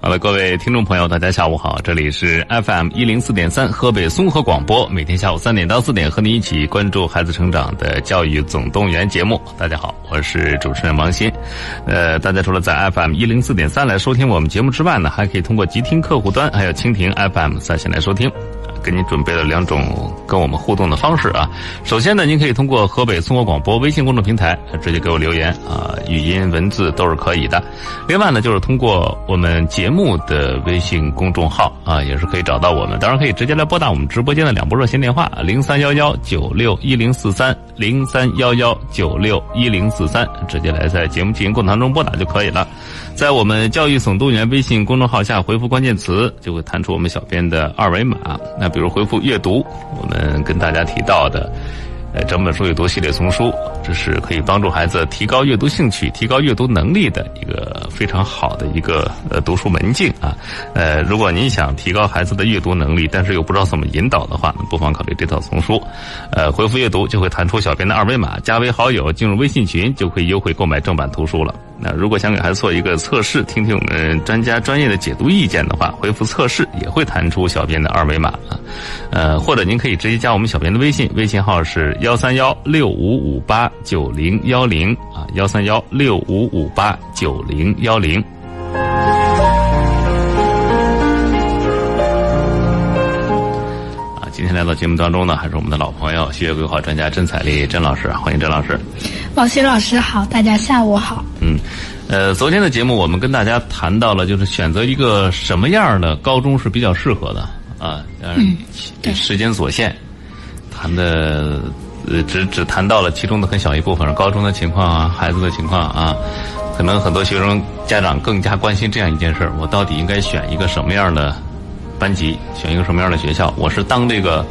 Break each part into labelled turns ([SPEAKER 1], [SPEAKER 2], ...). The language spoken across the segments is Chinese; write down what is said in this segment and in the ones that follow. [SPEAKER 1] 好了，各位听众朋友，大家下午好，这里是 FM 一零四点三河北综合广播，每天下午三点到四点和您一起关注孩子成长的教育总动员节目。大家好，我是主持人王鑫。呃，大家除了在 FM 一零四点三来收听我们节目之外呢，还可以通过极听客户端还有蜻蜓 FM 在线来收听。给您准备了两种跟我们互动的方式啊。首先呢，您可以通过河北综合广播微信公众平台呃直接给我留言啊、语音、文字都是可以的。另外呢，就是通过我们节目的微信公众号啊，也是可以找到我们。当然可以直接来拨打我们直播间的两部热线电话零三幺幺九六一零四三零三幺幺九六一零四三，直接来在节目进行过程当中拨打就可以了。在我们教育总动员微信公众号下回复关键词，就会弹出我们小编的二维码。那比如回复阅读，我们跟大家提到的，呃，整本书阅读系列丛书，这是可以帮助孩子提高阅读兴趣、提高阅读能力的一个非常好的一个呃读书门径啊。呃，如果您想提高孩子的阅读能力，但是又不知道怎么引导的话，不妨考虑这套丛书。呃，回复阅读就会弹出小编的二维码，加为好友，进入微信群就可以优惠购买正版图书了。那如果想给孩子做一个测试，听听我们专家专业的解读意见的话，回复测试也会弹出小编的二维码啊。呃，或者您可以直接加我们小编的微信，微信号是幺三幺六五五八九零幺零啊，幺三幺六五五八九零幺零。啊，今天来到节目当中呢，还是我们的老朋友，学业规划专家甄彩丽甄老师，欢迎甄老师。
[SPEAKER 2] 王鑫老师好，大家下午好。
[SPEAKER 1] 嗯，呃，昨天的节目我们跟大家谈到了，就是选择一个什么样的高中是比较适合的啊。嗯，
[SPEAKER 2] 对
[SPEAKER 1] 时间所限，谈的呃只只谈到了其中的很小一部分，高中的情况啊，孩子的情况啊，可能很多学生家长更加关心这样一件事儿：我到底应该选一个什么样的班级，选一个什么样的学校？我是当这个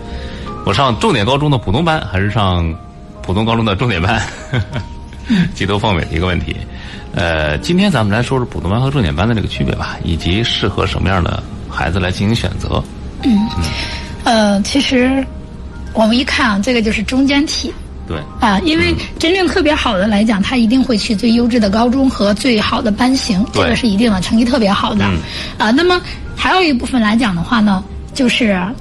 [SPEAKER 1] 我上重点高中的普通班，还是上普通高中的重点班？鸡头凤尾的一个问题。呃，今天咱们来说说普通班和重点班的这个区别吧，以及适合什么样的孩子来进行选择。
[SPEAKER 2] 呃，其实我们一看啊，这个就是中间体
[SPEAKER 1] 对，
[SPEAKER 2] 啊，因为真正特别好的来讲，他一定会去最优质的高中和最好的班型，这
[SPEAKER 1] 对
[SPEAKER 2] 个是一定的，成绩特别好的。
[SPEAKER 1] 嗯
[SPEAKER 2] 啊，那么还有一部分来讲的话呢，就是啊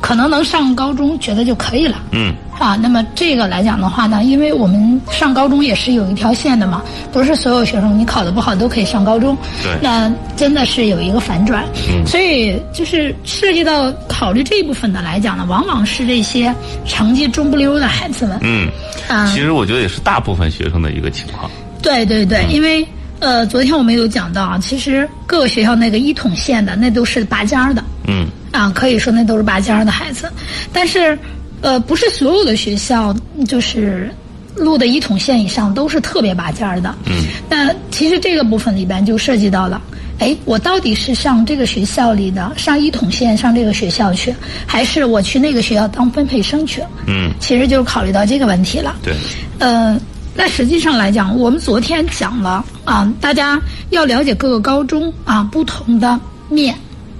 [SPEAKER 2] 可能能上高中觉得就可以了。
[SPEAKER 1] 嗯，
[SPEAKER 2] 啊，那么这个来讲的话呢，因为我们上高中也是有一条线的嘛，不是所有学生你考得不好都可以上高中。
[SPEAKER 1] 对嗯
[SPEAKER 2] 那真的是有一个反转。所以就是涉及到考虑这一部分的来讲呢，往往是这些成绩中不溜的孩子们。
[SPEAKER 1] 嗯，
[SPEAKER 2] 啊
[SPEAKER 1] 其实我觉得也是大部分学生的一个情况。
[SPEAKER 2] 对对对，
[SPEAKER 1] 嗯
[SPEAKER 2] 因为呃，昨天我们有讲到啊，其实各个学校那个一统线的那都是拔尖儿的。
[SPEAKER 1] 嗯，
[SPEAKER 2] 啊，可以说那都是拔尖儿的孩子，但是，呃，不是所有的学校就是录的一统线以上都是特别拔尖儿的。嗯，那其实这个部分里边就涉及到了，哎，我到底是上这个学校里的，上一统线上这个学校去，还是我去那个学校当分配生去？
[SPEAKER 1] 嗯，
[SPEAKER 2] 其实就是考虑到这个问题了。
[SPEAKER 1] 对，
[SPEAKER 2] 呃，那实际上来讲，我们昨天讲了啊，大家要了解各个高中啊不同的面。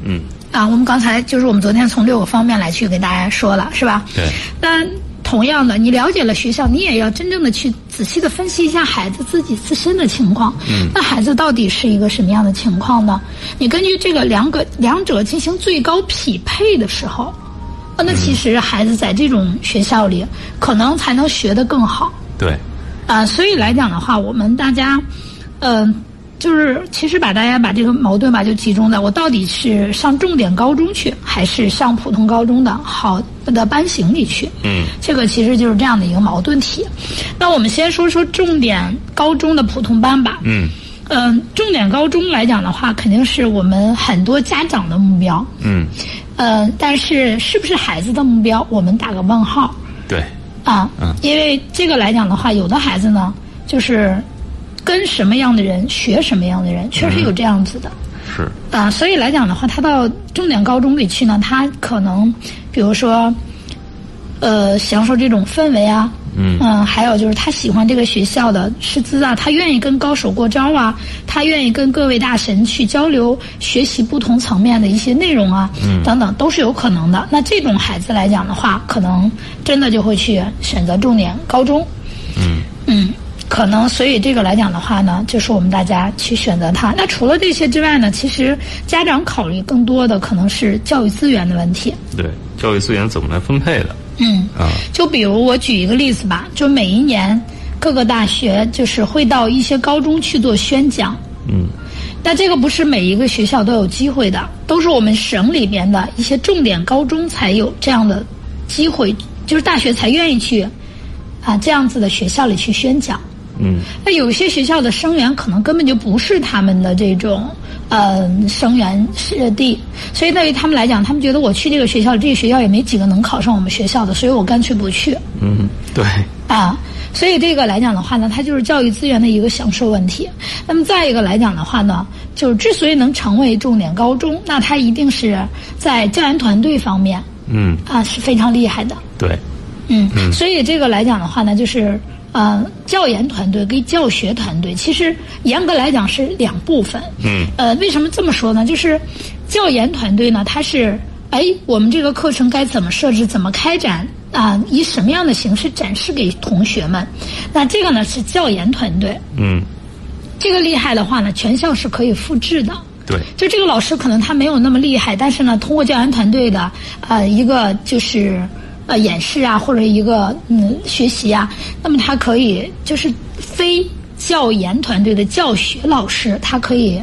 [SPEAKER 1] 嗯，
[SPEAKER 2] 啊，我们刚才就是我们昨天从六个方面来去给大家说了，是吧？
[SPEAKER 1] 对。
[SPEAKER 2] 那同样的，你了解了学校，你也要真正的去仔细的分析一下孩子自己自身的情况。嗯。那孩子到底是一个什么样的情况呢？你根据这个两个两者进行最高匹配的时候，啊，那其实孩子在这种学校里可能才能学得更好。
[SPEAKER 1] 对，
[SPEAKER 2] 啊、所以来讲的话，我们大家，嗯、就是其实把大家把这个矛盾吧，就集中在我到底是上重点高中去，还是上普通高中的好的班型里去？
[SPEAKER 1] 嗯，
[SPEAKER 2] 这个其实就是这样的一个矛盾体。那我们先说说重点高中的普通班吧。
[SPEAKER 1] 嗯，
[SPEAKER 2] 嗯，重点高中来讲的话，肯定是我们很多家长的目标。
[SPEAKER 1] 嗯，
[SPEAKER 2] 呃，但是是不是孩子的目标，我们打个问号。
[SPEAKER 1] 对，
[SPEAKER 2] 啊
[SPEAKER 1] 嗯，
[SPEAKER 2] 因为这个来讲的话，有的孩子呢，就是跟什么样的人学什么样的人，确实有这样子的。
[SPEAKER 1] 是，
[SPEAKER 2] 啊，所以来讲的话，他到重点高中里去呢，他可能，比如说，呃，享受这种氛围啊，
[SPEAKER 1] 嗯
[SPEAKER 2] 还有就是他喜欢这个学校的师资啊，他愿意跟高手过招啊，他愿意跟各位大神去交流学习不同层面的一些内容啊，嗯，等等都是有可能的。那这种孩子来讲的话，可能真的就会去选择重点高中，嗯，可能，所以这个来讲的话呢，就是我们大家去选择它。那除了这些之外呢，其实家长考虑更多的可能是教育资源的问题。
[SPEAKER 1] 对，教育资源怎么来分配的？
[SPEAKER 2] 嗯，
[SPEAKER 1] 啊，
[SPEAKER 2] 就比如我举一个例子吧，就每一年各个大学就是会到一些高中去做宣讲，
[SPEAKER 1] 嗯，
[SPEAKER 2] 那这个不是每一个学校都有机会的，都是我们省里边的一些重点高中才有这样的机会，就是大学才愿意去啊这样子的学校里去宣讲。
[SPEAKER 1] 嗯，
[SPEAKER 2] 那有些学校的生源可能根本就不是他们的这种呃生源是呃地，所以对于他们来讲，他们觉得我去这个学校，这个学校也没几个能考上我们学校的，所以我干脆不去
[SPEAKER 1] 嗯，对，
[SPEAKER 2] 啊。所以这个来讲的话呢，它就是教育资源的一个享受问题。那么再一个来讲的话呢，就是之所以能成为重点高中，那它一定是在教研团队方面
[SPEAKER 1] 嗯，
[SPEAKER 2] 啊是非常厉害的。
[SPEAKER 1] 对，
[SPEAKER 2] 嗯，所以这个来讲的话呢，就是呃，教研团队跟教学团队其实严格来讲是两部分。
[SPEAKER 1] 嗯，
[SPEAKER 2] 呃，为什么这么说呢？就是教研团队呢，它是哎，我们这个课程该怎么设置，怎么开展啊、以什么样的形式展示给同学们？那这个呢是教研团队，
[SPEAKER 1] 嗯，
[SPEAKER 2] 这个厉害的话呢，全校是可以复制的。
[SPEAKER 1] 对，
[SPEAKER 2] 就这个老师可能他没有那么厉害，但是呢，通过教研团队的呃一个就是呃演示啊，或者一个嗯学习啊，那么他可以就是非教研团队的教学老师，他可以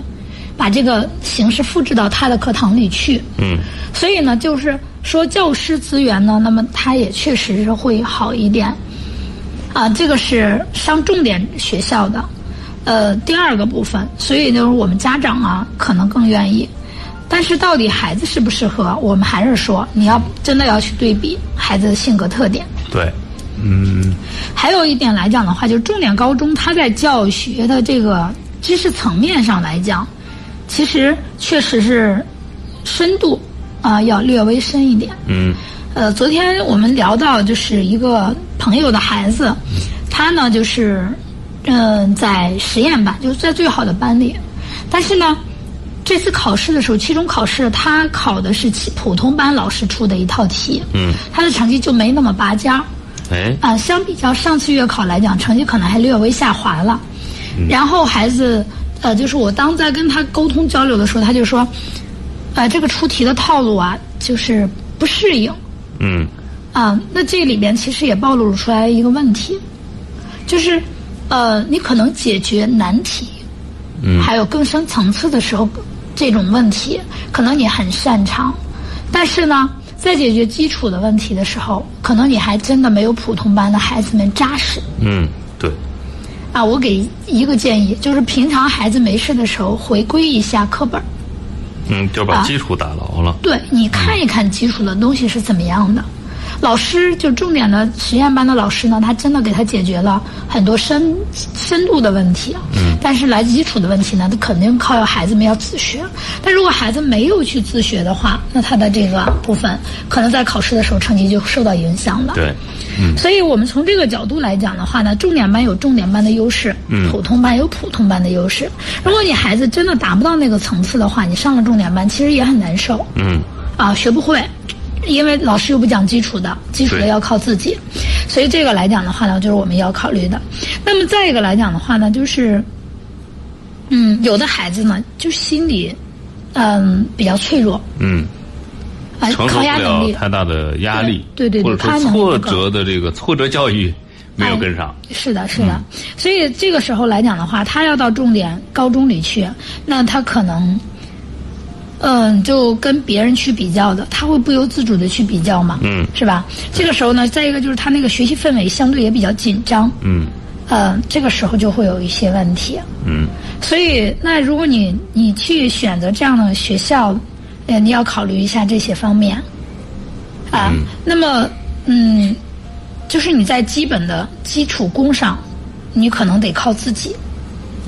[SPEAKER 2] 把这个形式复制到他的课堂里去。
[SPEAKER 1] 嗯，
[SPEAKER 2] 所以呢，就是说教师资源呢，那么它也确实是会好一点。啊，这个是上重点学校的，呃，第二个部分，所以就是我们家长啊，可能更愿意。但是到底孩子适不适合，我们还是说你要真的要去对比孩子的性格特点。
[SPEAKER 1] 对，嗯，
[SPEAKER 2] 还有一点来讲的话，就是重点高中它在教学的这个知识层面上来讲，其实确实是深度啊、要略微深一点。
[SPEAKER 1] 嗯，
[SPEAKER 2] 呃，昨天我们聊到就是一个朋友的孩子，他呢就是，嗯、在实验班，就是在最好的班里，但是呢，这次考试的时候，期中考试他考的是其普通班老师出的一套题，
[SPEAKER 1] 嗯，
[SPEAKER 2] 他的成绩就没那么拔尖儿。
[SPEAKER 1] 哎，
[SPEAKER 2] 啊、相比较上次月考来讲，成绩可能还略微下滑了。然后孩子，呃，就是我当在跟他沟通交流的时候，他就说，呃，这个出题的套路啊，就是不适应。
[SPEAKER 1] 嗯，
[SPEAKER 2] 啊，那这里边其实也暴露出来一个问题，就是，呃，你可能解决难题，
[SPEAKER 1] 嗯
[SPEAKER 2] 还有更深层次的时候，这种问题可能你很擅长，但是呢，在解决基础的问题的时候，可能你还真的没有普通班的孩子们扎实。
[SPEAKER 1] 嗯，对，
[SPEAKER 2] 啊，我给一个建议，就是平常孩子没事的时候回归一下课本儿，
[SPEAKER 1] 嗯，就把基础打牢了，
[SPEAKER 2] 对你看一看基础的东西是怎么样的。老师就重点的实验班的老师呢，他真的给他解决了很多深深度的问题，嗯，但是来自基础的问题呢，他肯定靠孩子们要自学。但如果孩子没有去自学的话，那他的这个部分可能在考试的时候成绩就受到影响了。
[SPEAKER 1] 对，
[SPEAKER 2] 所以我们从这个角度来讲的话呢，重点班有重点班的优势，
[SPEAKER 1] 嗯
[SPEAKER 2] 普通班有普通班的优势。如果你孩子真的达不到那个层次的话，你上了重点班其实也很难受，
[SPEAKER 1] 嗯，
[SPEAKER 2] 啊，学不会，因为老师又不讲基础的，基础的
[SPEAKER 1] 对
[SPEAKER 2] 要靠自己。所以这个来讲的话呢，就是我们要考虑的。那么再一个来讲的话呢，就是，嗯，有的孩子呢，就是心理，嗯，比较脆弱，
[SPEAKER 1] 嗯，
[SPEAKER 2] 啊，
[SPEAKER 1] 承受
[SPEAKER 2] 抗压
[SPEAKER 1] 不
[SPEAKER 2] 能
[SPEAKER 1] 了
[SPEAKER 2] 力
[SPEAKER 1] 太大的压力，
[SPEAKER 2] 对对对
[SPEAKER 1] 或者说
[SPEAKER 2] 他能力
[SPEAKER 1] 挫
[SPEAKER 2] 不够哎
[SPEAKER 1] 折的这个挫折教育没有跟上，嗯
[SPEAKER 2] 是的，是的，所以这个时候来讲的话，他要到重点高中里去，那他可能，嗯，就跟别人去比较的，他会不由自主的去比较嘛，
[SPEAKER 1] 嗯
[SPEAKER 2] 是吧？这个时候呢，再一个就是他那个学习氛围相对也比较紧张，
[SPEAKER 1] 嗯，
[SPEAKER 2] 呃，这个时候就会有一些问题。
[SPEAKER 1] 嗯，
[SPEAKER 2] 所以，那如果你你去选择这样的学校，呃，你要考虑一下这些方面，啊，那么，嗯，就是你在基本的基础功上，你可能得靠自己，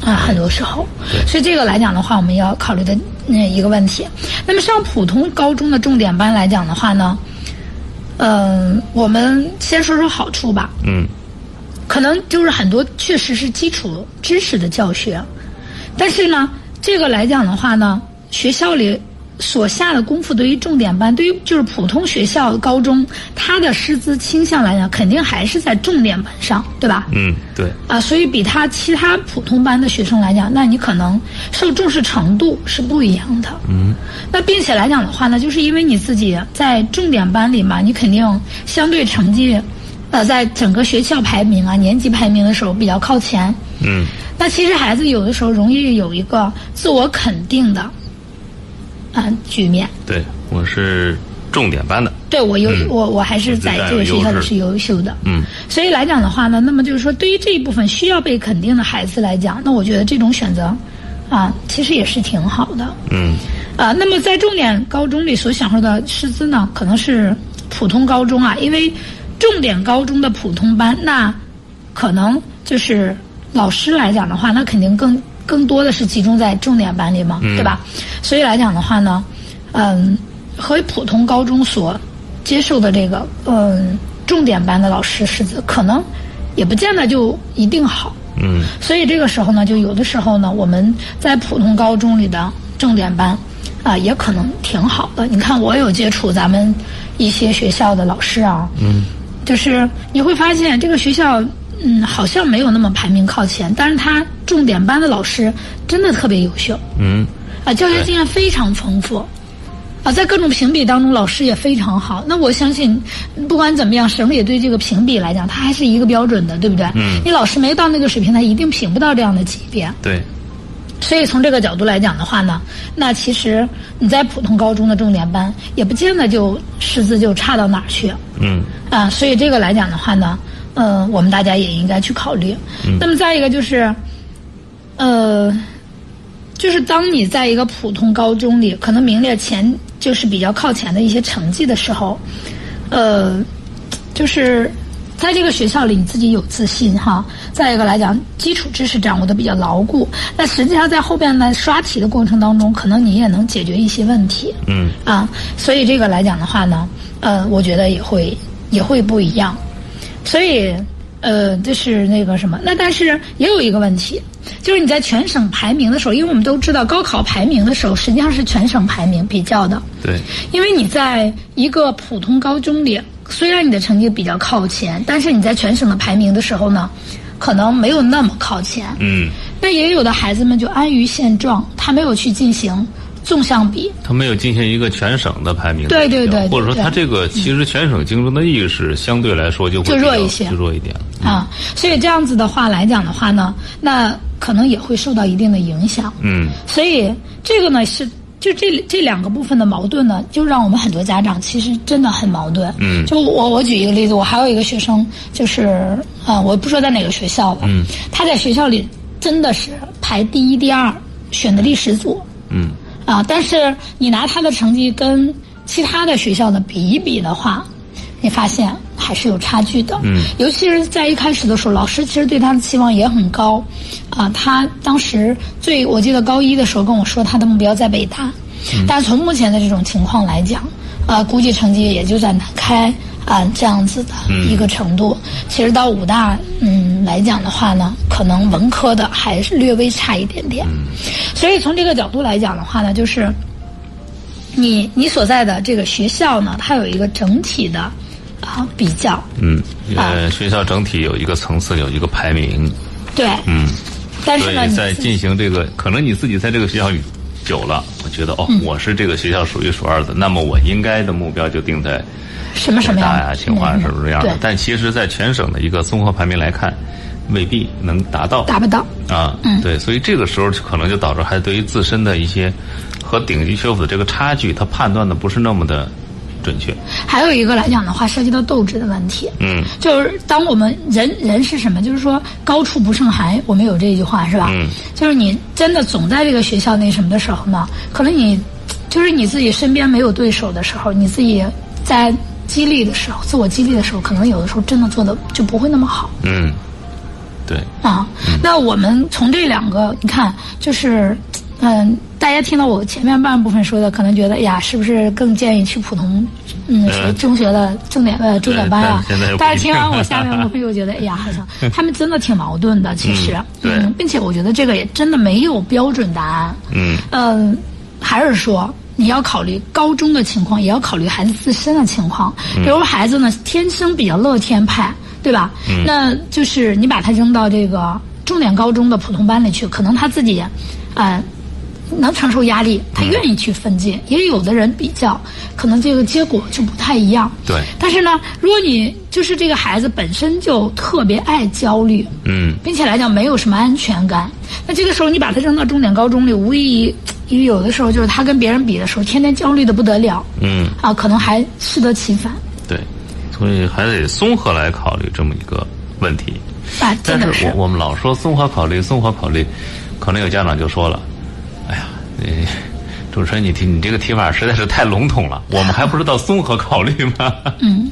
[SPEAKER 2] 啊，很多时候，所以这个来讲的话，我们要考虑的嗯一个问题。那么上普通高中的重点班来讲的话呢，嗯、我们先说说好处吧，
[SPEAKER 1] 嗯，
[SPEAKER 2] 可能就是很多确实是基础知识的教学，但是呢，这个来讲的话呢，学校里所下的功夫，对于重点班，对于就是普通学校、高中，他的师资倾向来讲，肯定还是在重点班上，对吧？
[SPEAKER 1] 嗯，对，
[SPEAKER 2] 啊，所以比他其他普通班的学生来讲，那你可能受重视程度是不一样的。嗯，那并且来讲的话呢，就是因为你自己在重点班里嘛，你肯定相对成绩，呃，在整个学校排名啊、年级排名的时候比较靠前。
[SPEAKER 1] 嗯
[SPEAKER 2] 那其实孩子有的时候容易有一个自我肯定的，啊、啊局面。
[SPEAKER 1] 对，我是重点班的，
[SPEAKER 2] 对我有、我我还是
[SPEAKER 1] 自嗯带
[SPEAKER 2] 在这个学校
[SPEAKER 1] 优
[SPEAKER 2] 里
[SPEAKER 1] 势
[SPEAKER 2] 是优秀的。
[SPEAKER 1] 嗯，
[SPEAKER 2] 所以来讲的话呢，那么就是说，对于这一部分需要被肯定的孩子来讲，那我觉得这种选择，啊，其实也是挺好的。
[SPEAKER 1] 嗯
[SPEAKER 2] 啊，那么在重点高中里所享受的师资呢，可能是普通高中啊，因为重点高中的普通班，那可能就是老师来讲的话，那肯定更更多的是集中在重点班里嘛，对吧？所以来讲的话呢，嗯，和普通高中所接受的这个嗯重点班的老师师资，可能也不见得就一定好。
[SPEAKER 1] 嗯
[SPEAKER 2] 所以这个时候呢，就有的时候呢，我们在普通高中里的重点班，啊、也可能挺好的。你看，我有接触咱们一些学校的老师啊，嗯，就是你会发现这个学校，嗯，好像没有那么排名靠前，但是他重点班的老师真的特别优秀，
[SPEAKER 1] 嗯，
[SPEAKER 2] 啊，教学经验非常丰富。啊，在各种评比当中，老师也非常好。那我相信，不管怎么样，省里对这个评比来讲，它还是一个标准的，对不对？
[SPEAKER 1] 嗯
[SPEAKER 2] 你老师没到那个水平，他一定评不到这样的级别。
[SPEAKER 1] 对，
[SPEAKER 2] 所以从这个角度来讲的话呢，那其实你在普通高中的重点班，也不见得就师资就差到哪儿去。
[SPEAKER 1] 嗯
[SPEAKER 2] 啊，所以这个来讲的话呢，呃，我们大家也应该去考虑。那么再一个就是，呃，就是当你在一个普通高中里，可能名列前就是比较靠前的一些成绩的时候，呃，就是在这个学校里你自己有自信哈。再一个来讲，基础知识掌握的比较牢固，那实际上在后边呢刷题的过程当中，可能你也能解决一些问题。
[SPEAKER 1] 嗯
[SPEAKER 2] 啊，所以这个来讲的话呢，呃，我觉得也会也会不一样，所以呃，这是那个什么，那但是也有一个问题，就是你在全省排名的时候，因为我们都知道高考排名的时候，实际上是全省排名比较的，
[SPEAKER 1] 对，
[SPEAKER 2] 因为你在一个普通高中里，虽然你的成绩比较靠前，但是你在全省的排名的时候呢，可能没有那么靠前，
[SPEAKER 1] 嗯，
[SPEAKER 2] 那也有的孩子们就安于现状，他没有去进行纵向比，
[SPEAKER 1] 他没有进行一个全省的排名，
[SPEAKER 2] 对对对
[SPEAKER 1] 或者说
[SPEAKER 2] 对
[SPEAKER 1] 他这个其实全省竞争的意识相对来说就会
[SPEAKER 2] 就
[SPEAKER 1] 比
[SPEAKER 2] 弱
[SPEAKER 1] 较
[SPEAKER 2] 一些
[SPEAKER 1] 就弱一点，
[SPEAKER 2] 啊，所以这样子的话来讲的话呢，那可能也会受到一定的影响。
[SPEAKER 1] 嗯
[SPEAKER 2] 所以这个呢是就这这两个部分的矛盾呢，就让我们很多家长其实真的很矛盾。
[SPEAKER 1] 嗯
[SPEAKER 2] 就我我举一个例子，我还有一个学生就是啊、我不说在哪个学校了，
[SPEAKER 1] 嗯，
[SPEAKER 2] 他在学校里真的是排第一、第二，选的历史组
[SPEAKER 1] 嗯
[SPEAKER 2] 啊，但是你拿他的成绩跟其他的学校的比一比的话。你发现还是有差距的，
[SPEAKER 1] 嗯
[SPEAKER 2] 尤其是在一开始的时候，老师其实对他的期望也很高，啊，他当时最我记得高一的时候跟我说他的目标在北大，
[SPEAKER 1] 嗯
[SPEAKER 2] 但是从目前的这种情况来讲，啊，估计成绩也就在南开啊这样子的
[SPEAKER 1] 嗯
[SPEAKER 2] 一个程度。其实到武大，嗯来讲的话呢，可能文科的还是略微差一点点，
[SPEAKER 1] 嗯
[SPEAKER 2] 所以从这个角度来讲的话呢，就是。你你所在的这个学校呢，它有一个整体的啊比较，
[SPEAKER 1] 嗯，
[SPEAKER 2] 啊
[SPEAKER 1] 呃，学校整体有一个层次，有一个排名，
[SPEAKER 2] 对，
[SPEAKER 1] 嗯，
[SPEAKER 2] 但
[SPEAKER 1] 所
[SPEAKER 2] 是呢，
[SPEAKER 1] 以
[SPEAKER 2] 你
[SPEAKER 1] 在
[SPEAKER 2] 自己
[SPEAKER 1] 进行这个，可能你自己在这个学校里久了，我觉得哦，
[SPEAKER 2] 嗯
[SPEAKER 1] 我是这个学校数一数二的，那么我应该的目标就定在
[SPEAKER 2] 什么什
[SPEAKER 1] 北
[SPEAKER 2] 么样
[SPEAKER 1] 大
[SPEAKER 2] 的
[SPEAKER 1] 呀、清华
[SPEAKER 2] 嗯
[SPEAKER 1] 什么什么样的
[SPEAKER 2] 对。
[SPEAKER 1] 但其实，在全省的一个综合排名来看，未必能达到
[SPEAKER 2] 达不嗯到，
[SPEAKER 1] 啊。对，所以这个时候就可能就导致孩子对于自身的一些和顶级学府的这个差距，他判断的不是那么的准确。
[SPEAKER 2] 还有一个来讲的话，涉及到斗志的问题。
[SPEAKER 1] 嗯，
[SPEAKER 2] 就是当我们人人是什么？就是说高处不胜寒，我们有这句话是吧？
[SPEAKER 1] 嗯，
[SPEAKER 2] 就是你真的总在这个学校那什么的时候呢，可能你就是你自己身边没有对手的时候，你自己在激励的时候，自我激励的时候，可能有的时候真的做的就不会那么好。
[SPEAKER 1] 嗯，对，
[SPEAKER 2] 啊，那我们从这两个，你看，就是，嗯，大家听到我前面半部分说的，可能觉得，哎呀，是不是更建议去普通，嗯，学中学的重点呃重点班啊
[SPEAKER 1] 但现在又？不
[SPEAKER 2] 但是听完
[SPEAKER 1] 一定
[SPEAKER 2] 我下面我朋友觉得，哎呀，好像他们真的挺矛盾的，其实，嗯
[SPEAKER 1] 对
[SPEAKER 2] 嗯，并且我觉得这个也真的没有标准答案，
[SPEAKER 1] 嗯
[SPEAKER 2] 嗯，还是说你要考虑高中的情况，也要考虑孩子自身的情况。比如孩子呢，天生比较乐天派，对吧？那就是你把他扔到这个重点高中的普通班里去，可能他自己，呃，能承受压力，他愿意去奋进。也有的人比较，可能这个结果就不太一样。
[SPEAKER 1] 对
[SPEAKER 2] 但是呢，如果你就是这个孩子本身就特别爱焦虑，
[SPEAKER 1] 嗯，
[SPEAKER 2] 并且来讲没有什么安全感，那这个时候你把他扔到重点高中里，无异于有的时候就是他跟别人比的时候，天天焦虑的不得了，
[SPEAKER 1] 嗯，
[SPEAKER 2] 啊，可能还适得其反
[SPEAKER 1] 对，所以还得综合来考虑这么一个问题。
[SPEAKER 2] 啊，
[SPEAKER 1] 但
[SPEAKER 2] 真的
[SPEAKER 1] 是
[SPEAKER 2] 是
[SPEAKER 1] 我我们老说综合考虑，综合考虑，可能有家长就说了：“哎呀，你主持人，你提你这个提法实在是太笼统了，我们还不知道综合考虑吗？”嗯，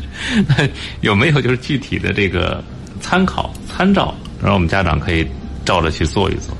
[SPEAKER 1] 那 有没有就是具体的这个参考参照，让我们家长可以照着去做一做？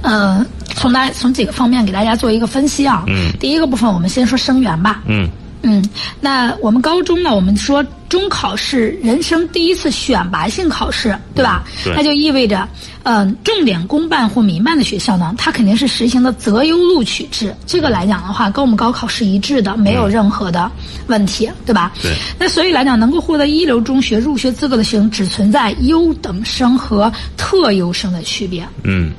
[SPEAKER 2] 呃，从大从几个方面给大家做一个分析啊。
[SPEAKER 1] 嗯
[SPEAKER 2] 第一个部分我们先说生源吧。
[SPEAKER 1] 嗯
[SPEAKER 2] 嗯，那我们高中呢，我们说中考是人生第一次选拔性考试，对吧？
[SPEAKER 1] 对
[SPEAKER 2] 那就意味着，嗯、重点公办或民办的学校呢，它肯定是实行的择优录取制，这个来讲的话，跟我们高考是一致的，没有任何的问题，对吧？
[SPEAKER 1] 对
[SPEAKER 2] 那所以来讲，能够获得一流中学入学资格的学生，只存在优等生和特优生的区别。
[SPEAKER 1] 嗯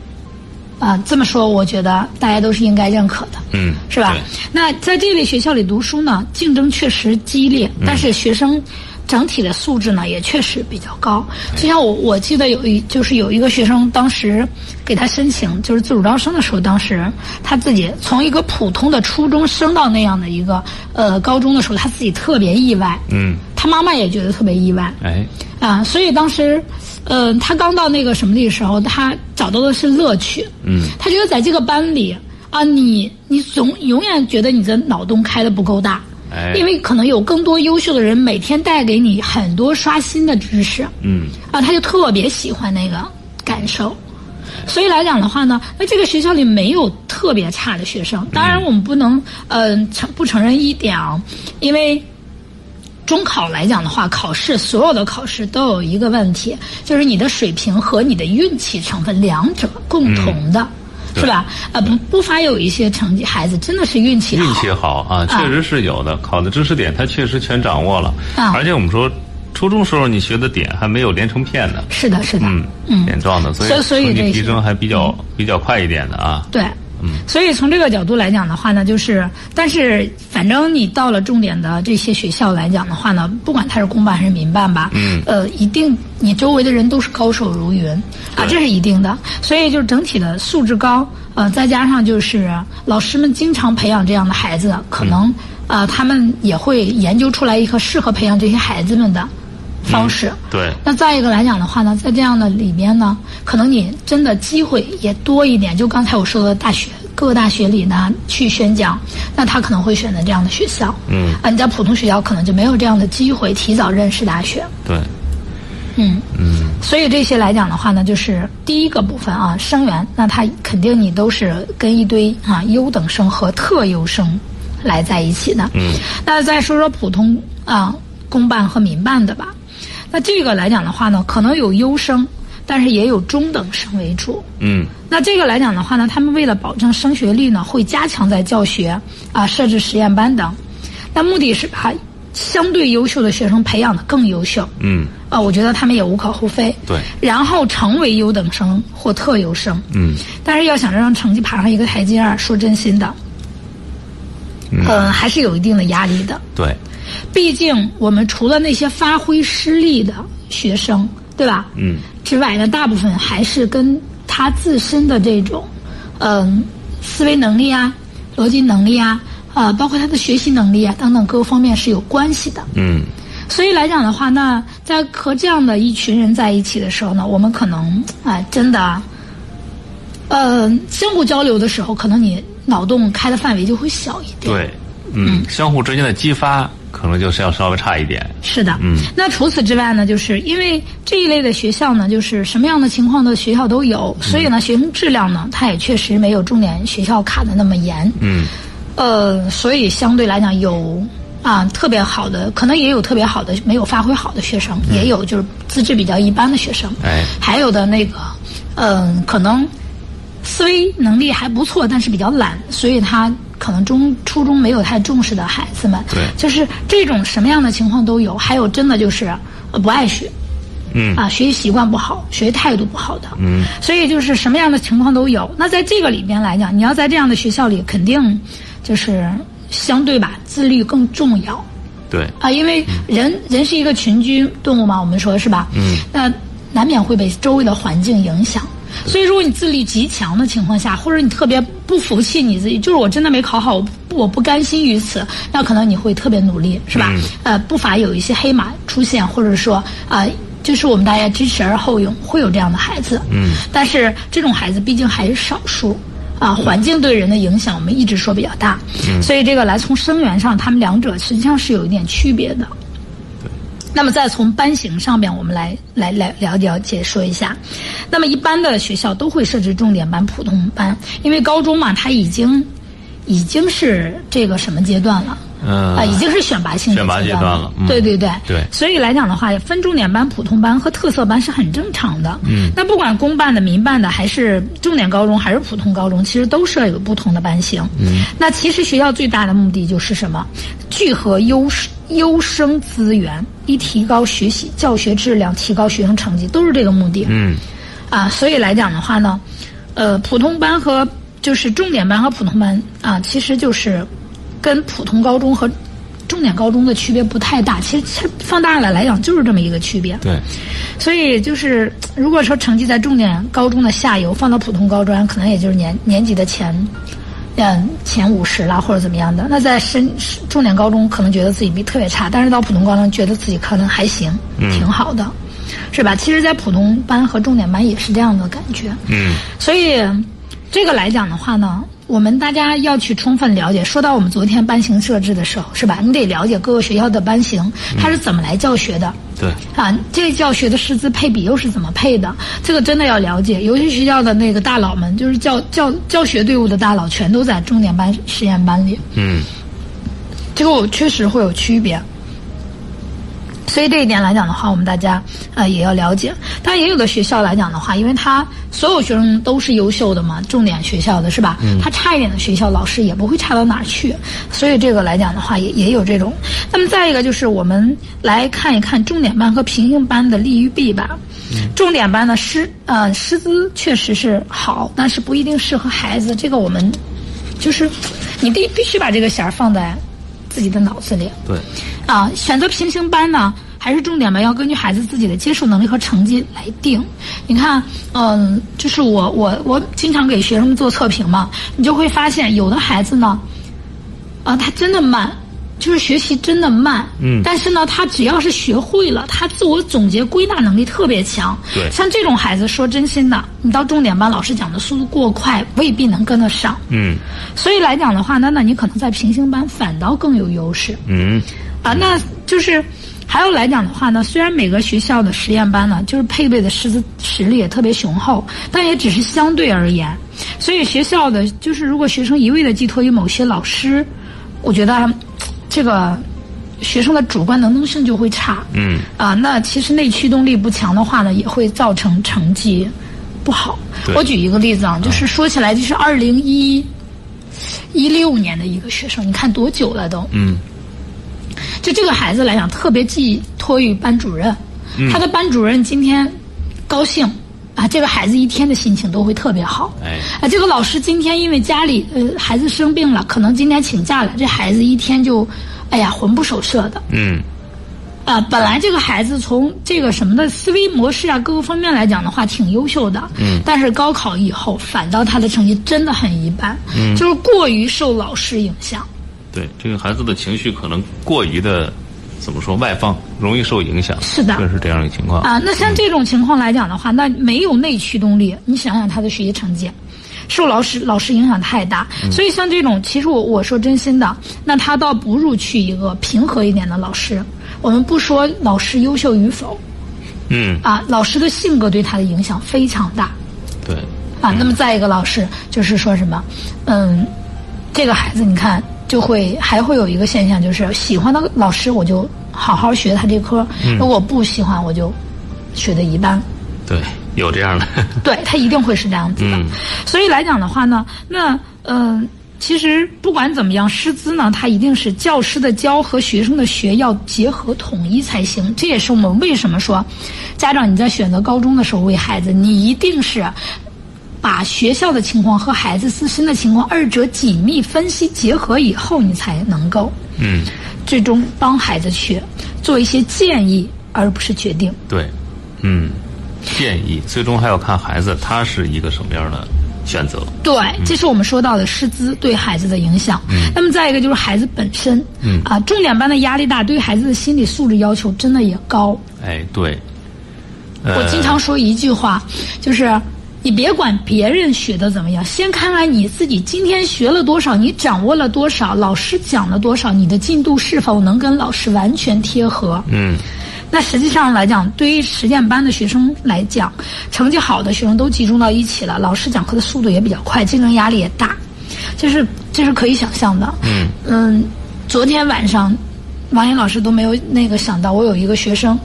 [SPEAKER 2] 啊、这么说，我觉得大家都是应该认可的。
[SPEAKER 1] 嗯，
[SPEAKER 2] 是吧？那在这类学校里读书呢，竞争确实激烈，但是学生整体的素质呢也确实比较高。就像我我记得有一就是有一个学生，当时给他申请就是自主招生的时候，当时他自己从一个普通的初中升到那样的一个呃高中的时候，他自己特别意外，
[SPEAKER 1] 对？嗯，
[SPEAKER 2] 他妈妈也觉得特别意外。
[SPEAKER 1] 哎，
[SPEAKER 2] 啊，所以当时，呃，他刚到那个什么的时候，他找到的是乐趣。
[SPEAKER 1] 嗯，
[SPEAKER 2] 他觉得在这个班里啊，你你总永远觉得你的脑洞开的不够大，
[SPEAKER 1] 哎
[SPEAKER 2] 因为可能有更多优秀的人每天带给你很多刷新的知识。
[SPEAKER 1] 嗯
[SPEAKER 2] 啊，他就特别喜欢那个感受。所以来讲的话呢，那这个学校里没有特别差的学生。当
[SPEAKER 1] 嗯
[SPEAKER 2] 然，我们不能呃承不承认一点啊，因为中考来讲的话，考试所有的考试都有一个问题，就是你的水平和你的运气成分两者
[SPEAKER 1] 嗯
[SPEAKER 2] 共同的，是吧？呃，不不乏有一些成绩孩子真的是运气好，
[SPEAKER 1] 运气好啊，确实是有的。考的知识点他确实全掌握了，
[SPEAKER 2] 啊
[SPEAKER 1] 而且我们说初中时候你学的点还没有连成片呢。
[SPEAKER 2] 是的，是的，
[SPEAKER 1] 嗯
[SPEAKER 2] 嗯，
[SPEAKER 1] 点状的，所
[SPEAKER 2] 所
[SPEAKER 1] 以
[SPEAKER 2] 以所以
[SPEAKER 1] 成绩
[SPEAKER 2] 这些
[SPEAKER 1] 提升还比较比较快一点的啊。
[SPEAKER 2] 对，
[SPEAKER 1] 嗯，
[SPEAKER 2] 所以从这个角度来讲的话呢，就是，但是反正你到了重点的这些学校来讲的话呢，不管它是公办还是民办吧，
[SPEAKER 1] 嗯
[SPEAKER 2] 呃，一定你周围的人都是高手如云啊
[SPEAKER 1] 对，
[SPEAKER 2] 这是一定的。所以就是整体的素质高，呃，再加上就是老师们经常培养这样的孩子，可能、
[SPEAKER 1] 嗯
[SPEAKER 2] 呃他们也会研究出来一个适合培养这些孩子们的方式。
[SPEAKER 1] 嗯对，
[SPEAKER 2] 那再一个来讲的话呢，在这样的里边呢，可能你真的机会也多一点。就刚才我说的，大学各个大学里呢去宣讲，那他可能会选择这样的学校。
[SPEAKER 1] 嗯，
[SPEAKER 2] 啊，你在普通学校可能就没有这样的机会提早认识大学。
[SPEAKER 1] 对，
[SPEAKER 2] 嗯，
[SPEAKER 1] 嗯，
[SPEAKER 2] 所以这些来讲的话呢，就是第一个部分啊，生源，那他肯定你都是跟一堆啊优等生和特优生来在一起的。
[SPEAKER 1] 嗯，
[SPEAKER 2] 那再说说普通啊公办和民办的吧，那这个来讲的话呢，可能有优生，但是也有中等生为主。
[SPEAKER 1] 嗯，
[SPEAKER 2] 那这个来讲的话呢，他们为了保证升学率呢，会加强在教学啊设置实验班等，那目的是把相对优秀的学生培养得更优秀。
[SPEAKER 1] 嗯，
[SPEAKER 2] 啊，我觉得他们也无可厚非。
[SPEAKER 1] 对
[SPEAKER 2] 然后成为优等生或特优生，
[SPEAKER 1] 嗯，
[SPEAKER 2] 但是要想让成绩爬上一个台阶儿，说真心的，嗯、还是有一定的压力的。
[SPEAKER 1] 对，
[SPEAKER 2] 毕竟我们除了那些发挥失利的学生，对吧？
[SPEAKER 1] 嗯，
[SPEAKER 2] 之外呢，大部分还是跟他自身的这种，嗯、思维能力啊、逻辑能力啊，啊，包括他的学习能力啊等等各个方面是有关系的。
[SPEAKER 1] 嗯，
[SPEAKER 2] 所以来讲的话，那在和这样的一群人在一起的时候呢，我们可能哎，真的，呃，相互交流的时候，可能你脑洞开的范围就会小一点。
[SPEAKER 1] 对，嗯，相互之间的激发可能就是要稍微差一点。
[SPEAKER 2] 是的，
[SPEAKER 1] 嗯。
[SPEAKER 2] 那除此之外呢，就是因为这一类的学校呢，就是什么样的情况的学校都有，
[SPEAKER 1] 嗯
[SPEAKER 2] 所以呢，学生质量呢，它也确实没有重点学校卡的那么严。
[SPEAKER 1] 嗯，
[SPEAKER 2] 呃，所以相对来讲有啊特别好的，可能也有特别好的没有发挥好的学生，也有就是资质比较一般的学生，
[SPEAKER 1] 嗯哎
[SPEAKER 2] 还有的那个，嗯、可能思维能力还不错，但是比较懒，所以他可能中初中没有太重视的孩子们，
[SPEAKER 1] 对
[SPEAKER 2] 就是这种什么样的情况都有，还有真的就是呃不爱学，
[SPEAKER 1] 嗯
[SPEAKER 2] 啊，学习习惯不好，学习态度不好的，嗯，所以就是什么样的情况都有。那在这个里边来讲，你要在这样的学校里，肯定就是相对吧，自律更重要
[SPEAKER 1] 对，
[SPEAKER 2] 啊，因为人人是一个群居动物嘛，我们说是吧？嗯，那难免会被周围的环境影响。所以，如果你自律极强的情况下，或者你特别不服气你自己，就是我真的没考好，我不我不甘心于此，那可能你会特别努力，是吧？呃，不乏有一些黑马出现，或者说啊。就是我们大家知耻而后勇，会有这样的孩子。嗯，但是这种孩子毕竟还是少数啊。环境对人的影响，我们一直说比较大，
[SPEAKER 1] 嗯
[SPEAKER 2] 所以这个来从生源上，他们两者实际上是有一点区别的。那么再从班型上面，我们来来来了了解说一下。那么一般的学校都会设置重点班、普通班，因为高中嘛，它已经已经是这个什么阶段了？
[SPEAKER 1] 嗯
[SPEAKER 2] 啊、已经是选拔性的
[SPEAKER 1] 选拔阶段了嗯
[SPEAKER 2] 对对对
[SPEAKER 1] 对
[SPEAKER 2] 所以来讲的话，分重点班、普通班和特色班是很正常的。嗯，那不管公办的、民办的，还是重点高中，还是普通高中，其实都设有不同的班型。嗯，那其实学校最大的目的就是什么？聚合优势优生资源，以提高学习教学质量，提高学生成绩，都是这个目的。
[SPEAKER 1] 嗯，
[SPEAKER 2] 啊，所以来讲的话呢，呃，普通班和就是重点班和普通班啊，其实就是跟普通高中和重点高中的区别不太大。其实其实放大了来讲，就是这么一个区别。
[SPEAKER 1] 对，
[SPEAKER 2] 所以就是，如果说成绩在重点高中的下游，放到普通高中，可能也就是年年级的前，嗯，前五十啦，或者怎么样的。那在深重点高中，可能觉得自己比特别差，但是到普通高中，觉得自己可能还行，挺好的，是吧？其实，在普通班和重点班也是这样的感觉。
[SPEAKER 1] 嗯，
[SPEAKER 2] 所以这个来讲的话呢，我们大家要去充分了解。说到我们昨天班型设置的时候，是吧？你得了解各个学校的班型，它是怎么来教学的。
[SPEAKER 1] 对，
[SPEAKER 2] 啊，这个教学的师资配比又是怎么配的？这个真的要了解。有些学校的那个大佬们，就是教教教学队伍的大佬，全都在重点班、实验班里，
[SPEAKER 1] 嗯，
[SPEAKER 2] 这个我确实会有区别。所以这一点来讲的话，我们大家呃也要了解。但也有的学校来讲的话，因为他所有学生都是优秀的嘛，重点学校的是吧？他差一点的学校，老师也不会差到哪儿去。所以这个来讲的话，也也有这种。呃那么再一个就是我们来看一看重点班和平行班的利与弊吧。重点班的师呃师资确实是好，但是不一定适合孩子。这个我们就是你必必须把这个弦儿放在自己的脑子里。
[SPEAKER 1] 对，
[SPEAKER 2] 啊，选择平行班呢，还是重点班，要根据孩子自己的接受能力和成绩来定。你看，嗯、就是我我我经常给学生们做测评嘛，你就会发现有的孩子呢，啊，他真的慢，就是学习真的慢。
[SPEAKER 1] 嗯
[SPEAKER 2] 但是呢，他只要是学会了，他自我总结归纳能力特别强。
[SPEAKER 1] 对
[SPEAKER 2] 像这种孩子，说真心的，你到重点班，老师讲的速度过快，未必能跟得上。
[SPEAKER 1] 嗯
[SPEAKER 2] 所以来讲的话，那那你可能在平行班反倒更有优势。
[SPEAKER 1] 嗯，
[SPEAKER 2] 啊，那就是还有来讲的话呢，虽然每个学校的实验班呢，就是配备的师资实力也特别雄厚，但也只是相对而言。所以学校的就是，如果学生一味的寄托于某些老师，我觉得这个学生的主观能动性就会差。
[SPEAKER 1] 嗯，
[SPEAKER 2] 啊，那其实内驱动力不强的话呢，也会造成成绩不好
[SPEAKER 1] 对。嗯
[SPEAKER 2] 我举一个例子啊，就是说起来，就是二零一一六年的一个学生，你看多久了都？
[SPEAKER 1] 嗯，
[SPEAKER 2] 就这个孩子来讲，特别寄托于班主任，
[SPEAKER 1] 嗯
[SPEAKER 2] 他的班主任今天高兴。啊，这个孩子一天的心情都会特别好。
[SPEAKER 1] 哎
[SPEAKER 2] 啊，这个老师今天因为家里呃孩子生病了，可能今天请假了，这孩子一天就，哎呀魂不守舍的。
[SPEAKER 1] 嗯，
[SPEAKER 2] 啊，本来这个孩子从这个什么的思维模式啊，各个方面来讲的话，挺优秀的。嗯。但是高考以后，反倒他的成绩真的很一般。嗯。就是过于受老师影响。
[SPEAKER 1] 对，这个孩子的情绪可能过于的，怎么说外放，容易受影响，
[SPEAKER 2] 是的
[SPEAKER 1] 这是这样一个情况，
[SPEAKER 2] 啊，那像这种情况来讲的话，那没有内驱动力，你想想他的学习成绩，受老师老师影响太大，所以像这种，其实我我说真心的，那他倒不如去一个平和一点的老师。我们不说老师优秀与否
[SPEAKER 1] 嗯，
[SPEAKER 2] 啊，老师的性格对他的影响非常大。
[SPEAKER 1] 对，
[SPEAKER 2] 啊，那么再一个老师就是说什么，嗯，这个孩子你看就会还会有一个现象，就是喜欢的老师我就好好学他这科，如果不喜欢我就学的一般，
[SPEAKER 1] 对，有这样的，
[SPEAKER 2] 对他一定会是这样子的。
[SPEAKER 1] 嗯
[SPEAKER 2] 所以来讲的话呢，那嗯、呃其实不管怎么样，师资呢，它一定是教师的教和学生的学要结合统一才行。这也是我们为什么说，家长你在选择高中的时候为孩子，你一定是。把学校的情况和孩子自身的情况二者紧密分析结合以后，你才能够
[SPEAKER 1] 嗯，
[SPEAKER 2] 最终帮孩子去做一些建议，而不是决定。
[SPEAKER 1] 对，嗯，建议最终还要看孩子他是一个什么样的选择。
[SPEAKER 2] 对，这是我们说到的师资对孩子的影响。那么再一个就是孩子本身，嗯啊，重点班的压力大，对孩子的心理素质要求真的也高。
[SPEAKER 1] 哎，对，呃
[SPEAKER 2] 我经常说一句话，就是你别管别人学的怎么样，先看看你自己今天学了多少，你掌握了多少，老师讲了多少，你的进度是否能跟老师完全贴合。
[SPEAKER 1] 嗯，
[SPEAKER 2] 那实际上来讲，对于实践班的学生来讲，成绩好的学生都集中到一起了，老师讲课的速度也比较快，竞争压力也大，这是这是可以想象的。嗯昨天晚上，王岩老师都没有那个想到，我有一个学生，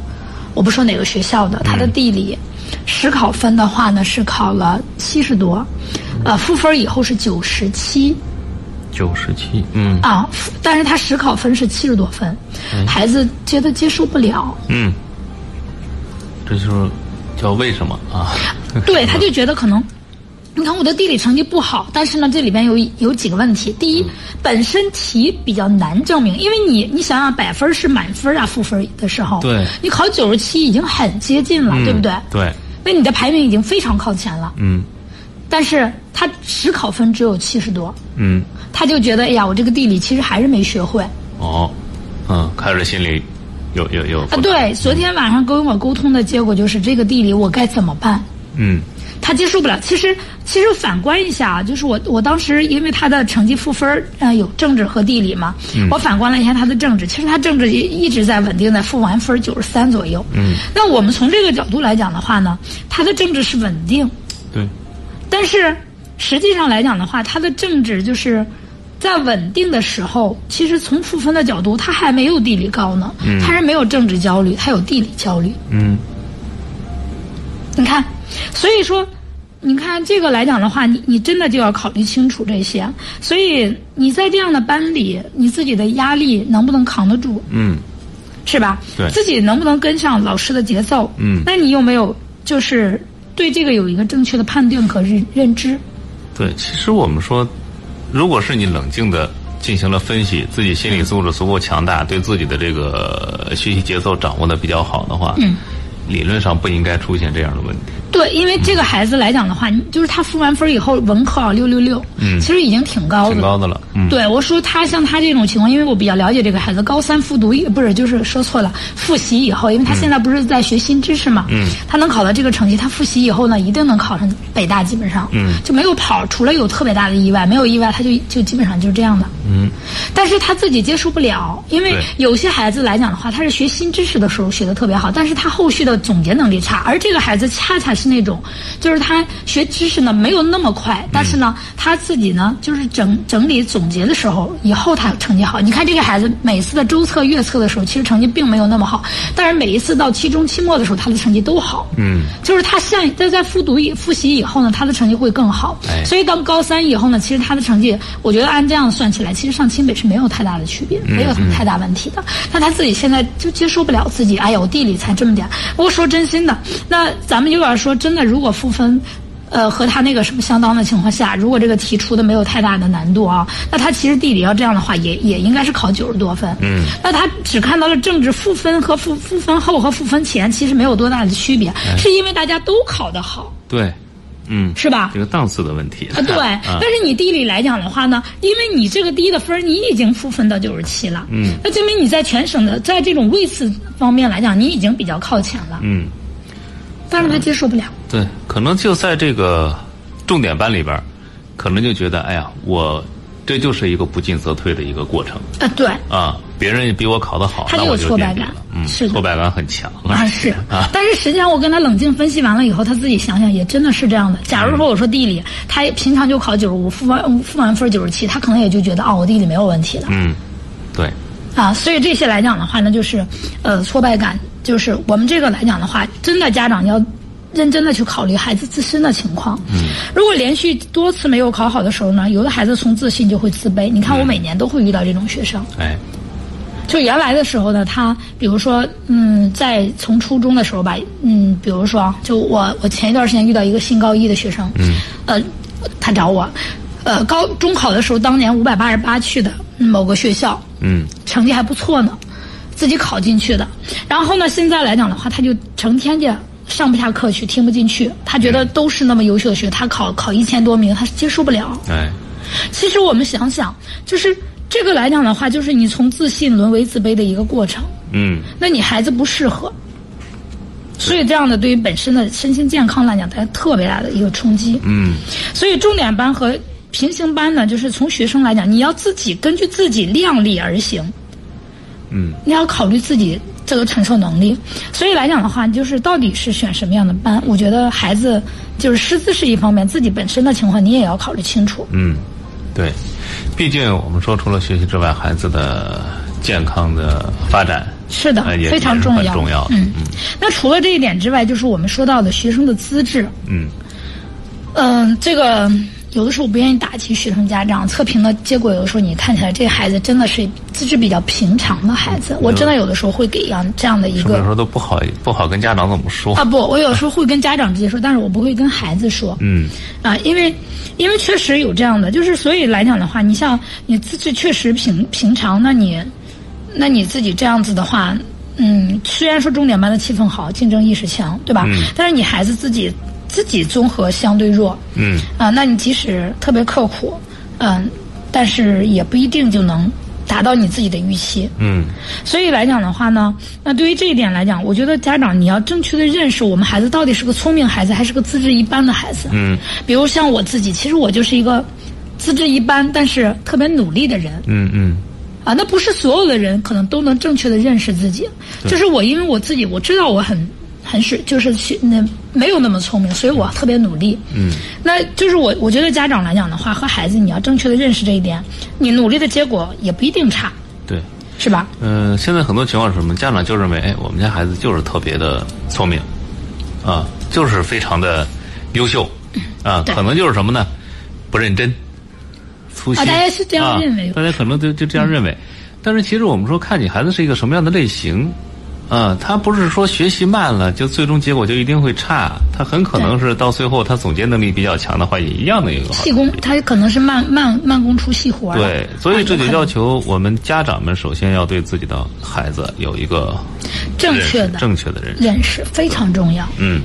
[SPEAKER 2] 我不说哪个学校的，他的地理实考分的话呢是考了七十多，呃，赋分以后是九十七。
[SPEAKER 1] 九十七，嗯
[SPEAKER 2] 啊，但是他实考分是七十多分，孩子觉得接受不了，
[SPEAKER 1] 嗯，这就是叫为什么啊？
[SPEAKER 2] 对，他就觉得可能，你看我的地理成绩不好，但是呢，这里边有有几个问题。第
[SPEAKER 1] 嗯
[SPEAKER 2] 一，本身题比较难证明，因为你你想想，百分是满分啊，负分的时候，
[SPEAKER 1] 对
[SPEAKER 2] 你考九十七已经很接近了，对不对？
[SPEAKER 1] 嗯对，
[SPEAKER 2] 那你的排名已经非常靠前了，
[SPEAKER 1] 嗯
[SPEAKER 2] 但是他实考分只有七十多，
[SPEAKER 1] 嗯，
[SPEAKER 2] 他就觉得，哎呀，我这个地理其实还是没学会。啊
[SPEAKER 1] 哦，嗯，开始心里有有有
[SPEAKER 2] 啊，，对，昨天晚上跟我沟通的结果就是，这个地理我该怎么办？
[SPEAKER 1] 嗯
[SPEAKER 2] 他接受不了。其实，其实反观一下啊，就是我我当时因为他的成绩赋分儿，呃，有政治和地理嘛，我反观了一下他的政治，其实他政治一一直在稳定在赋完分九十三左右。
[SPEAKER 1] 嗯，
[SPEAKER 2] 那我们从这个角度来讲的话呢，他的政治是稳定，
[SPEAKER 1] 对，
[SPEAKER 2] 但是实际上来讲的话，他的政治就是。在稳定的时候，其实从赋分的角度，他还没有地理高呢，他是没有政治焦虑，他有地理焦虑。
[SPEAKER 1] 嗯
[SPEAKER 2] 你看，所以说，你看这个来讲的话，你你真的就要考虑清楚这些。啊所以你在这样的班里，你自己的压力能不能扛得住，
[SPEAKER 1] 嗯
[SPEAKER 2] 是吧？
[SPEAKER 1] 对
[SPEAKER 2] 自己能不能跟上老师的节奏？
[SPEAKER 1] 嗯
[SPEAKER 2] 那你有没有就是对这个有一个正确的判定和认认知？
[SPEAKER 1] 对，其实我们说，如果是你冷静的进行了分析，自己心理素质足够强大，对自己的这个学习节奏掌握的比较好的话，嗯，理论上不应该出现这样的问题。
[SPEAKER 2] 对，因为这个孩子来讲的话，你就是他复完分以后，文科啊六六六，其实已经挺高的
[SPEAKER 1] 挺
[SPEAKER 2] 了。
[SPEAKER 1] 高的了，嗯，
[SPEAKER 2] 对，我说他像他这种情况，因为我比较了解这个孩子，高三复读以不是就是说错了，复习以后，因为他现在不是在学新知识嘛，嗯，他能考到这个成绩，他复习以后呢，一定能考上北大，基本上，嗯，就没有跑，除了有特别大的意外，没有意外，他就就基本上就是这样的，嗯，但是他自己接受不了，因为
[SPEAKER 1] 对
[SPEAKER 2] 有些孩子来讲的话，他是学新知识的时候学的特别好，但是他后续的总结能力差，而这个孩子恰恰是那种，就是他学知识呢没有那么快，但是呢他自己呢就是整整理总结的时候，以后他成绩好。你看这个孩子每次的周测、月测的时候，其实成绩并没有那么好，但是每一次到期中、期末的时候，他的成绩都好。
[SPEAKER 1] 嗯，
[SPEAKER 2] 就是他像在在复读以复习以后呢，他的成绩会更好。
[SPEAKER 1] 哎
[SPEAKER 2] 所以到高三以后呢，其实他的成绩，我觉得按这样算起来，其实上清北是没有太大的区别，没有什么太大问题的。但他自己现在就接受不了自己，哎呀，我地理才这么点儿。我说真心的，那咱们有点说真的，如果赋分。呃，和他那个什么相当的情况下，如果这个题出的没有太大的难度啊，那他其实地理要这样的话，也也应该是考九十多分。嗯，那他只看到了政治赋分和赋赋分后和赋分前其实没有多大的区别，是因为大家都考得好，
[SPEAKER 1] 对，嗯，
[SPEAKER 2] 是吧？
[SPEAKER 1] 这个档次的问题，
[SPEAKER 2] 啊，对，但是你地理来讲的话呢，因为你这个低的分儿，你已经赋分到九十七了，嗯，那证明你在全省的在这种位次方面来讲，你已经比较靠前了，
[SPEAKER 1] 嗯，
[SPEAKER 2] 但是他接受不了，
[SPEAKER 1] 对，可能就在这个重点班里边儿，可能就觉得，哎呀，我这就是一个不进则退的一个过程
[SPEAKER 2] 啊，对，
[SPEAKER 1] 啊，别人比我考得好，
[SPEAKER 2] 他就
[SPEAKER 1] 那
[SPEAKER 2] 有
[SPEAKER 1] 我就
[SPEAKER 2] 挫
[SPEAKER 1] 垫
[SPEAKER 2] 败
[SPEAKER 1] 底
[SPEAKER 2] 感
[SPEAKER 1] 了嗯，
[SPEAKER 2] 是的
[SPEAKER 1] 挫败感很强
[SPEAKER 2] 啊是，但是实际上我跟他冷静分析完了以后，他自己想想也真的是这样的。假如说我说地理，他也平常就考九十五，复完复完分九十七，他可能也就觉得哦，我地理没有问题了，
[SPEAKER 1] 嗯，对，
[SPEAKER 2] 啊，所以这些来讲的话呢，就是，呃，挫败感，就是我们这个来讲的话，真的家长要认真的去考虑孩子自身的情况。嗯，如果连续多次没有考好的时候呢，有的孩子从自信就会自卑。你看，我每年都会遇到这种学生。
[SPEAKER 1] 哎，
[SPEAKER 2] 就原来的时候呢，他比如说，嗯，在从初中的时候吧，嗯，比如说啊，就我我前一段时间遇到一个新高一的学生，嗯，呃，他找我，呃，高中考的时候，当年五百八十八去的某个学校，
[SPEAKER 1] 嗯，
[SPEAKER 2] 成绩还不错呢，自己考进去的。然后呢，现在来讲的话，他就成天的上不下课去，听不进去。他觉得都是那么优秀的学生，他考考一千多名，他接受不了。
[SPEAKER 1] 哎，
[SPEAKER 2] 其实我们想想，就是这个来讲的话，就是你从自信沦为自卑的一个过程。
[SPEAKER 1] 嗯，
[SPEAKER 2] 那你孩子不适合，所以这样的对于本身的身心健康来讲，它特别大的一个冲击。
[SPEAKER 1] 嗯，
[SPEAKER 2] 所以重点班和平行班呢，就是从学生来讲，你要自己根据自己量力而行。
[SPEAKER 1] 嗯，
[SPEAKER 2] 你要考虑自己这个承受能力。所以来讲的话，就是到底是选什么样的班，我觉得孩子就是师资是一方面，自己本身的情况你也要考虑清楚。
[SPEAKER 1] 嗯，对，毕竟我们说，除了学习之外，孩子的健康的发展
[SPEAKER 2] 是的
[SPEAKER 1] 哎也，
[SPEAKER 2] 非常
[SPEAKER 1] 也是
[SPEAKER 2] 重
[SPEAKER 1] 很
[SPEAKER 2] 要。
[SPEAKER 1] 重要的
[SPEAKER 2] 嗯，那除了这一点之外，就是我们说到的学生的资质。
[SPEAKER 1] 嗯
[SPEAKER 2] 嗯、这个有的时候不愿意打击学生家长，测评的结果有的时候你看起来这个孩子真的是资质比较平常的孩子，我真的有的时候会给样这样的一
[SPEAKER 1] 有
[SPEAKER 2] 个
[SPEAKER 1] 嗯时候都不好不好跟家长怎么说。
[SPEAKER 2] 啊不，我有时候会跟家长直接说，但是我不会跟孩子说。
[SPEAKER 1] 嗯，
[SPEAKER 2] 啊，因为因为确实有这样的，就是所以来讲的话，你像你自己确实平平常，那你那你自己这样子的话，嗯，虽然说重点班的气氛好，竞争意识强，对吧？
[SPEAKER 1] 嗯
[SPEAKER 2] 但是你孩子自己自己综合相对弱，
[SPEAKER 1] 嗯，
[SPEAKER 2] 啊，那你即使特别刻苦，嗯，但是也不一定就能达到你自己的预期。
[SPEAKER 1] 嗯，
[SPEAKER 2] 所以来讲的话呢，那对于这一点来讲，我觉得家长你要正确的认识我们孩子到底是个聪明孩子还是个资质一般的孩子。
[SPEAKER 1] 嗯，
[SPEAKER 2] 比如像我自己，其实我就是一个资质一般，但是特别努力的人
[SPEAKER 1] 嗯嗯，
[SPEAKER 2] 啊。那不是所有的人可能都能正确的认识自己。就是我，因为我自己我知道我很很是就是学那没有那么聪明，所以我特别努力。嗯，那就是我我觉得家长来讲的话，和孩子你要正确的认识这一点，你努力的结果也不一定差，
[SPEAKER 1] 对。
[SPEAKER 2] 是吧？
[SPEAKER 1] 嗯、现在很多情况是什么？家长就认为，哎，我们家孩子就是特别的聪明，啊，就是非常的优秀，啊，
[SPEAKER 2] 对
[SPEAKER 1] 可能就是什么呢？不认真，粗心。
[SPEAKER 2] 啊大家是这样
[SPEAKER 1] 啊
[SPEAKER 2] 认为
[SPEAKER 1] 大家可能就就这样认为。但是其实我们说，看你孩子是一个什么样的类型，啊，他不是说学习慢了就最终结果就一定会差，他很可能是到最后他总结能力比较强的话，也一样的一个好
[SPEAKER 2] 细工，他可能是慢慢慢工出细活儿了。
[SPEAKER 1] 对，所以这就
[SPEAKER 2] 啊有可
[SPEAKER 1] 要
[SPEAKER 2] 能
[SPEAKER 1] 求我们家长们首先要对自己的孩子有一个
[SPEAKER 2] 正确
[SPEAKER 1] 认识
[SPEAKER 2] 的
[SPEAKER 1] 正确的认识。
[SPEAKER 2] 认识非常重要
[SPEAKER 1] 嗯，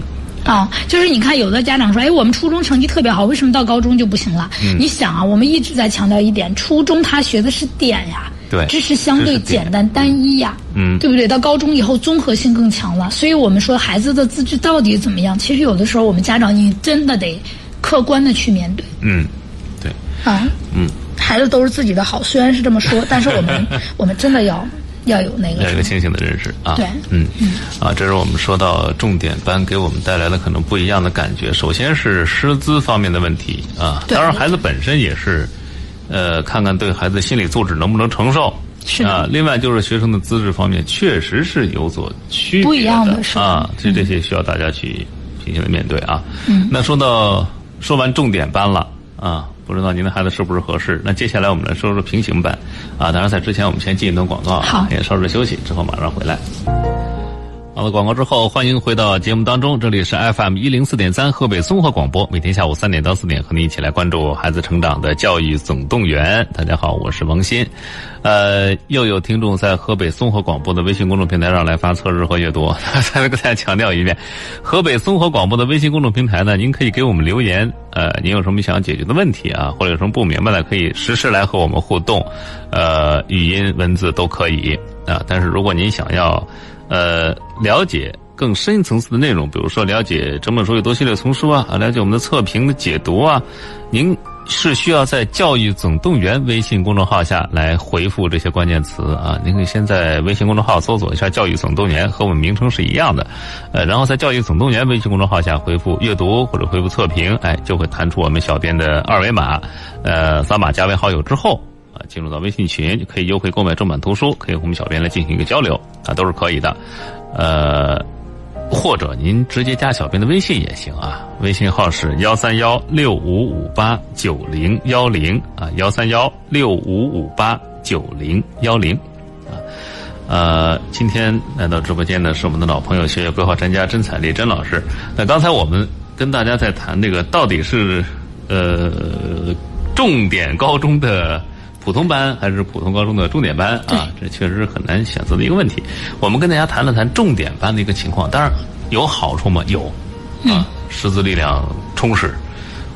[SPEAKER 2] 啊。就是你看，有的家长说：“哎，我们初中成绩特别好，为什么到高中就不行了？”
[SPEAKER 1] 嗯
[SPEAKER 2] 你想啊，我们一直在强调一点，初中他学的是点呀，
[SPEAKER 1] 对
[SPEAKER 2] 知识相对
[SPEAKER 1] 知识点
[SPEAKER 2] 简单单一呀，
[SPEAKER 1] 嗯
[SPEAKER 2] 对不对？到高中以后，综合性更强了。所以我们说，孩子的资质到底怎么样？其实有的时候，我们家长你真的得客观的去面对。
[SPEAKER 1] 嗯，对，
[SPEAKER 2] 啊，
[SPEAKER 1] 嗯，
[SPEAKER 2] 孩子都是自己的好，虽然是这 么说，但是我们我们真的要要有那个
[SPEAKER 1] 要有一
[SPEAKER 2] 什
[SPEAKER 1] 个
[SPEAKER 2] 么
[SPEAKER 1] 清醒的认识啊。
[SPEAKER 2] 对
[SPEAKER 1] 嗯，啊，这是我们说到重点班给我们带来了可能不一样的感觉。首先是师资方面的问题啊，
[SPEAKER 2] 对
[SPEAKER 1] 当然孩子本身也是，呃，看看对孩子心理素质能不能承受。
[SPEAKER 2] 是的
[SPEAKER 1] 啊，另外就是学生的资质方面，确实是有所区别
[SPEAKER 2] 不一样的是吧
[SPEAKER 1] 啊，所以这些需要大家去平行的面对啊。嗯，那说到说完重点班了啊，不知道您的孩子是不是合适？那接下来我们来说说平行班啊。当然，在之前我们先进一段广告啊
[SPEAKER 2] 好，
[SPEAKER 1] 也稍事休息，之后马上回来。好了，广告之后，欢迎回到节目当中，这里是 FM 一零四点三河北综合广播，每天下午三点到四点和你一起来关注孩子成长的教育总动员。大家好，我是王鑫。呃，又有听众在河北综合广播的微信公众平台上来发测试和阅读， 再给大家强调一遍，河北综合广播的微信公众平台呢，您可以给我们留言，呃，您有什么想要解决的问题啊，或者有什么不明白的，可以实时来和我们互动，呃，语音、文字都可以啊。但是如果您想要呃，了解更深层次的内容，比如说了解整本书有多系列丛书啊，啊了解我们的测评的解读啊，您是需要在“教育总动员”微信公众号下来回复这些关键词啊。您可以先在微信公众号搜索一下“教育总动员”，和我们名称是一样的，呃，然后在“教育总动员”微信公众号下回复“阅读”或者回复“测评”，哎，就会弹出我们小编的二维码，呃，扫码加为好友之后。啊，进入到微信群可以优惠购买正版图书，可以和我们小编来进行一个交流啊，都是可以的。呃，或者您直接加小编的微信也行啊，微信号是幺三幺六五五八九零幺零啊，幺三幺六五五八九零幺零啊。呃，今天来到直播间呢是我们的老朋友学业规划专家甄彩丽甄老师。那刚才我们跟大家在谈这个到底是呃重点高中的。普通班还是普通高中的重点班啊？这确实很难选择的一个问题。我们跟大家谈了谈重点班的一个情况，当然有好处吗？有，啊，师资力量充实，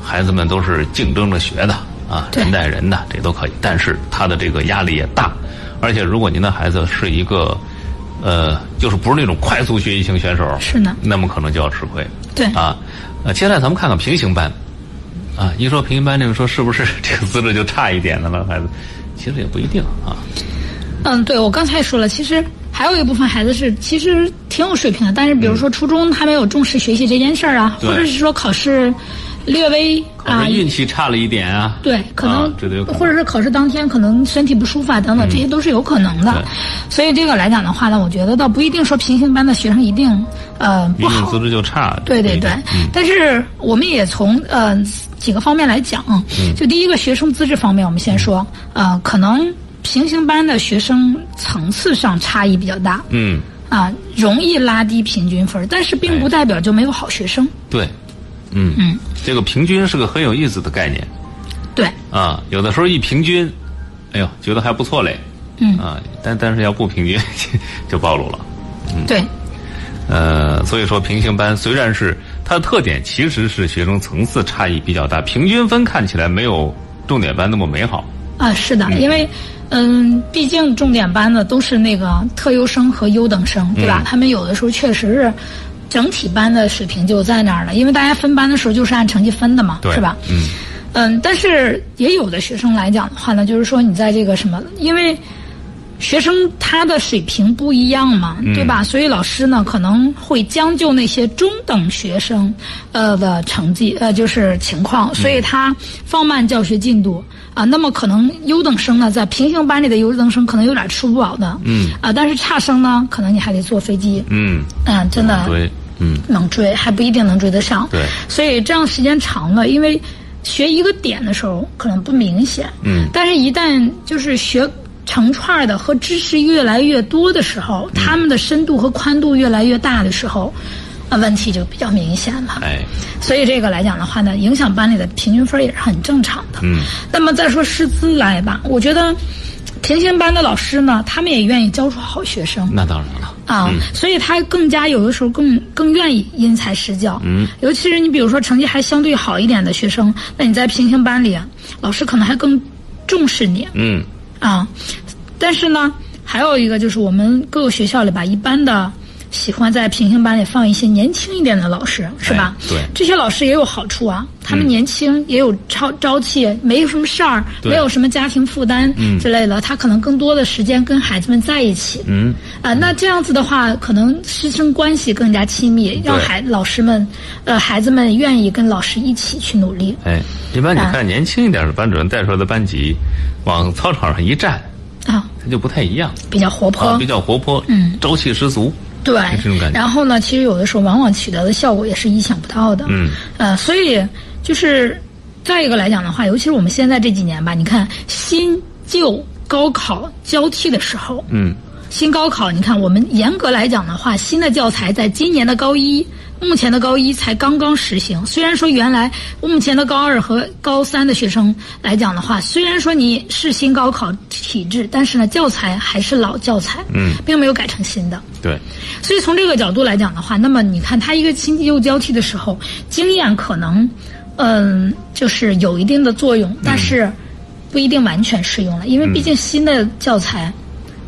[SPEAKER 1] 孩子们都是竞争着学的啊，
[SPEAKER 2] 对
[SPEAKER 1] 人带人的这都可以。但是他的这个压力也大，而且如果您的孩子是一个，呃，就是不是那种快速学习型选手，
[SPEAKER 2] 是呢
[SPEAKER 1] 那么可能就要吃亏。
[SPEAKER 2] 对
[SPEAKER 1] 啊，呃，接下来咱们看看平行班，啊，一说平行班，这个说是不是这个资质就差一点的了？孩子，其实也不一定啊。
[SPEAKER 2] 嗯，对，我刚才也说了，其实还有一部分孩子是其实挺有水平的，但是比如说初中他没有重视学习这件事儿啊，
[SPEAKER 1] 嗯对
[SPEAKER 2] 或者是说考试略微
[SPEAKER 1] 可
[SPEAKER 2] 啊
[SPEAKER 1] 能运气差了一点啊。
[SPEAKER 2] 对，可能、
[SPEAKER 1] 啊这都有可能
[SPEAKER 2] 或者是考试当天可能身体不舒服啊等等，这些都是有可能的。
[SPEAKER 1] 对
[SPEAKER 2] 所以这个来讲的话呢，我觉得倒不一定说平行班的学生一定呃
[SPEAKER 1] 一定
[SPEAKER 2] 不好
[SPEAKER 1] 资，质就差。
[SPEAKER 2] 对对对，
[SPEAKER 1] 嗯
[SPEAKER 2] 但是我们也从呃几个方面来讲，啊
[SPEAKER 1] 嗯
[SPEAKER 2] 就第一个学生资质方面，我们先说，呃，可能平行班的学生层次上差异比较大，
[SPEAKER 1] 嗯，
[SPEAKER 2] 啊、容易拉低平均分儿，但是并不
[SPEAKER 1] 哎
[SPEAKER 2] 代表就没有好学生，
[SPEAKER 1] 对，嗯嗯，这个平均是个很有意思的概念
[SPEAKER 2] 对，
[SPEAKER 1] 啊。有的时候一平均，哎呦，觉得还不错嘞。
[SPEAKER 2] 嗯
[SPEAKER 1] 啊，但但是要不平均 就暴露了。嗯
[SPEAKER 2] 对，
[SPEAKER 1] 呃，所以说平行班虽然是它的特点，其实是学生层次差异比较大，平均分看起来没有重点班那么美好。
[SPEAKER 2] 啊，是的，因为，嗯，毕竟重点班的都是那个特优生和优等生，对
[SPEAKER 1] 嗯
[SPEAKER 2] 吧？他们有的时候确实是整体班的水平就在那儿了，因为大家分班的时候就是按成绩分的嘛，
[SPEAKER 1] 对
[SPEAKER 2] 是吧？
[SPEAKER 1] 嗯，
[SPEAKER 2] 嗯，但是也有的学生来讲的话呢，就是说你在这个什么，因为学生他的水平不一样嘛，对
[SPEAKER 1] 嗯
[SPEAKER 2] 吧？所以老师呢可能会将就那些中等学生呃的成绩呃就是情况，所
[SPEAKER 1] 嗯
[SPEAKER 2] 以他放慢教学进度啊、那么可能优等生呢，在平行班里的优等生可能有点吃不饱的，嗯啊、但是差生呢，可能你还得坐飞机，
[SPEAKER 1] 嗯，
[SPEAKER 2] 嗯、真的
[SPEAKER 1] 对，嗯，
[SPEAKER 2] 能追，还不一定能追得上。
[SPEAKER 1] 对
[SPEAKER 2] 所以这样时间长了，因为学一个点的时候可能不明显，嗯，但是一旦就是学成串儿的和知识越来越多的时
[SPEAKER 1] 嗯
[SPEAKER 2] 候，他们的深度和宽度越来越大的时候，呃，问题就比较明显了。
[SPEAKER 1] 哎，
[SPEAKER 2] 所以这个来讲的话呢，影响班里的平均分儿也是很正常的。
[SPEAKER 1] 嗯，
[SPEAKER 2] 那么再说师资来吧，我觉得平行班的老师呢，他们也愿意教出好学生。
[SPEAKER 1] 那当然了，
[SPEAKER 2] 啊，所以他更加有的时候更更愿意因材施教。嗯，尤其是你比如说成绩还相对好一点的学生，那你在平行班里，啊老师可能还更重视你
[SPEAKER 1] 嗯，
[SPEAKER 2] 啊。但是呢，还有一个就是我们各个学校里吧，一般的喜欢在平行班里放一些年轻一点的老师，是吧？
[SPEAKER 1] 哎对嗯
[SPEAKER 2] 这些老师也有好处啊，他们年轻，也有朝朝气，没有什么事儿，
[SPEAKER 1] 对嗯
[SPEAKER 2] 没有什么家庭负担之类的，他可能更多的时间跟孩子们在一起。嗯，啊、那这样子的话，可能师生关系更加亲密，让孩老师们，呃，孩子们愿意跟老师一起去努力。
[SPEAKER 1] 哎，一般你
[SPEAKER 2] 啊
[SPEAKER 1] 看年轻一点的班主任带出来的班级，往操场上一站，
[SPEAKER 2] 啊，
[SPEAKER 1] 他就不太一样，
[SPEAKER 2] 比较活泼，
[SPEAKER 1] 啊，比较活泼，嗯，朝气十足，
[SPEAKER 2] 对
[SPEAKER 1] 是这种感，觉
[SPEAKER 2] 然后呢，其实有的时候往往取得的效果也是意想不到的。
[SPEAKER 1] 嗯，
[SPEAKER 2] 呃，所以就是再一个来讲的话，尤其是我们现在这几年吧，你看新旧高考交替的时候，
[SPEAKER 1] 嗯，
[SPEAKER 2] 新高考，你看我们严格来讲的话，新的教材在今年的高一。目前的高一才刚刚实行，虽然说原来目前的高二和高三的学生来讲的话，虽然说你是新高考体制，但是呢，教材还是老教材，
[SPEAKER 1] 嗯，
[SPEAKER 2] 并没有改成新的。
[SPEAKER 1] 对，
[SPEAKER 2] 所以从这个角度来讲的话，那么你看他一个新旧交替的时候，经验可能，嗯，就是有一定的作用，但是不一定完全适用了，因为毕竟新的教材。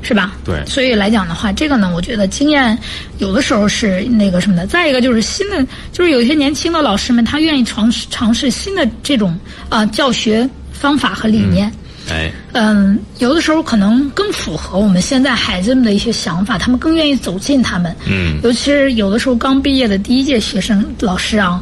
[SPEAKER 2] 是吧？
[SPEAKER 1] 对
[SPEAKER 2] 所以来讲的话，这个呢，我觉得经验有的时候是那个什么的。再一个就是新的，就是有一些年轻的老师们，他愿意尝试尝试新的这种啊、呃教学方法和理念。
[SPEAKER 1] 哎，
[SPEAKER 2] 嗯，有的时候可能更符合我们现在孩子们的一些想法，他们更愿意走进他们。
[SPEAKER 1] 嗯，
[SPEAKER 2] 尤其是有的时候刚毕业的第一届学生老师啊，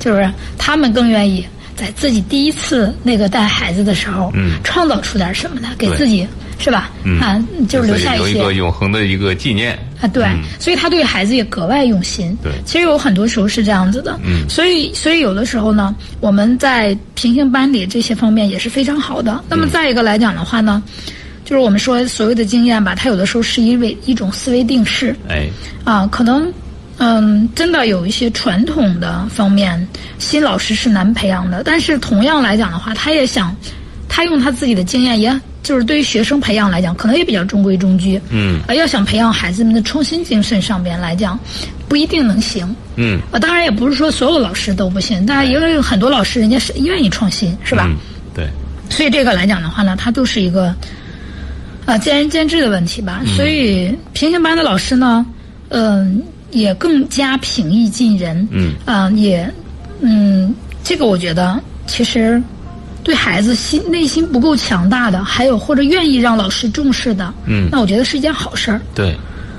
[SPEAKER 2] 就是他们更愿意在自己第一次那个带孩子的时候，嗯，创造出点什么来，给
[SPEAKER 1] 对
[SPEAKER 2] 自己是吧？嗯啊，就是留下
[SPEAKER 1] 有
[SPEAKER 2] 一
[SPEAKER 1] 一
[SPEAKER 2] 些
[SPEAKER 1] 个永恒的一个纪念，
[SPEAKER 2] 啊，对，所以他对孩子也格外用心。
[SPEAKER 1] 对
[SPEAKER 2] 其实有很多时候是这样子的。嗯，所以所以有的时候呢，我们在平行班里这些方面也是非常好的。那么再一个来讲的话呢，就是我们说所谓的经验吧，它有的时候是因为一种思维定式。
[SPEAKER 1] 哎，
[SPEAKER 2] 啊，可能，嗯，真的有一些传统的方面，新老师是难培养的。但是同样来讲的话，他也想，他用他自己的经验也，就是对于学生培养来讲，可能也比较中规中矩。
[SPEAKER 1] 嗯，
[SPEAKER 2] 啊，要想培养孩子们的创新精神上边来讲，不一定能行。
[SPEAKER 1] 嗯，
[SPEAKER 2] 啊，当然也不是说所有老师都不行，但是也有很多老师人家是愿意创新，是吧？
[SPEAKER 1] 嗯，对，
[SPEAKER 2] 所以这个来讲的话呢，它就是一个啊见仁见智的问题吧。
[SPEAKER 1] 嗯
[SPEAKER 2] 所以平行班的老师呢，嗯、也更加平易近人。
[SPEAKER 1] 嗯，
[SPEAKER 2] 啊、也嗯，这个我觉得其实对孩子心内心不够强大的，还有或者愿意让老师重视的，
[SPEAKER 1] 嗯
[SPEAKER 2] 那我觉得是一件好事儿。
[SPEAKER 1] 对，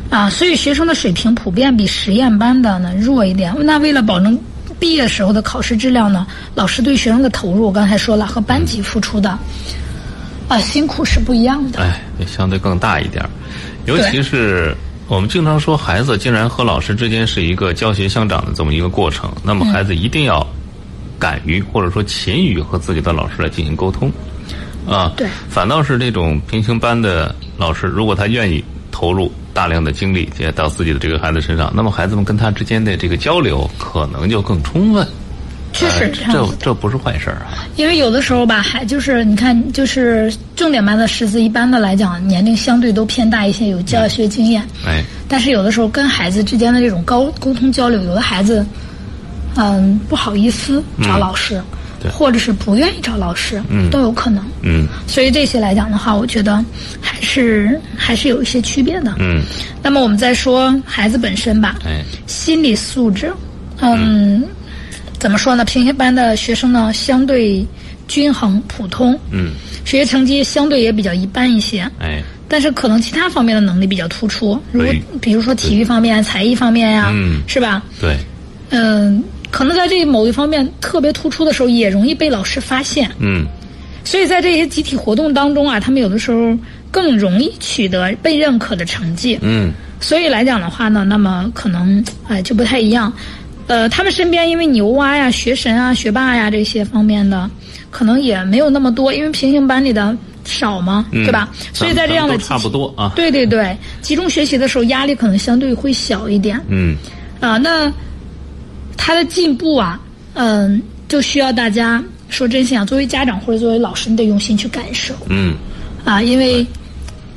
[SPEAKER 2] 啊，所以学生的水平普遍比实验班的呢弱一点。那为了保证毕业时候的考试质量呢，老师对学生的投入，我刚才说了，和班级付出的啊辛苦是不一样的。
[SPEAKER 1] 哎，也相对更大一点儿，尤
[SPEAKER 2] 对
[SPEAKER 1] 其是我们经常说，孩子竟然和老师之间是一个教学相长的这么一个过程，那么
[SPEAKER 2] 嗯
[SPEAKER 1] 孩子一定要敢于或者说勤于和自己的老师来进行沟通，啊，
[SPEAKER 2] 对
[SPEAKER 1] 反倒是这种平行班的老师，如果他愿意投入大量的精力也到自己的这个孩子身上，那么孩子们跟他之间的这个交流可能就更充分，
[SPEAKER 2] 确实
[SPEAKER 1] 哎
[SPEAKER 2] 是这样
[SPEAKER 1] 这
[SPEAKER 2] 子的
[SPEAKER 1] 这不是坏事儿啊，
[SPEAKER 2] 因为有的时候吧，还就是你看，就是重点班的师资，一般的来讲，年龄相对都偏大一些，有教学经验。
[SPEAKER 1] 哎，
[SPEAKER 2] 但是有的时候跟孩子之间的这种高沟通交流，有的孩子，嗯，不好意思找老师，
[SPEAKER 1] 嗯对
[SPEAKER 2] 或者是不愿意找老师，
[SPEAKER 1] 嗯
[SPEAKER 2] 都有可能。
[SPEAKER 1] 嗯
[SPEAKER 2] 所以这些来讲的话，我觉得还是还是有一些区别的。
[SPEAKER 1] 嗯，
[SPEAKER 2] 那么我们再说孩子本身吧，
[SPEAKER 1] 哎，
[SPEAKER 2] 心理素质，嗯，怎么说呢？平行班的学生呢，相对均衡普通，
[SPEAKER 1] 嗯，
[SPEAKER 2] 学习成绩相对也比较一般一些，
[SPEAKER 1] 哎，
[SPEAKER 2] 但是可能其他方面的能力比较突出，如果
[SPEAKER 1] 对
[SPEAKER 2] 比如说体育方面、才艺方面呀、
[SPEAKER 1] 嗯
[SPEAKER 2] 是吧？
[SPEAKER 1] 对，
[SPEAKER 2] 嗯，可能在这某一方面特别突出的时候，也容易被老师发现。
[SPEAKER 1] 嗯。
[SPEAKER 2] 所以在这些集体活动当中啊，他们有的时候更容易取得被认可的成绩。
[SPEAKER 1] 嗯
[SPEAKER 2] 所以来讲的话呢，那么可能哎就不太一样。呃，他们身边因为牛蛙呀、学神啊、学霸呀这些方面的，可能也没有那么多，因为平行班里的少嘛，
[SPEAKER 1] 嗯
[SPEAKER 2] 对吧？
[SPEAKER 1] 咱
[SPEAKER 2] 所以在这样的
[SPEAKER 1] 咱们都差不多啊
[SPEAKER 2] 对对对，集中学习的时候压力可能相对会小一点。
[SPEAKER 1] 嗯
[SPEAKER 2] 啊、那他的进步啊，嗯，就需要大家说真心啊，作为家长或者作为老师，你得用心去感受
[SPEAKER 1] 嗯，
[SPEAKER 2] 啊，因为，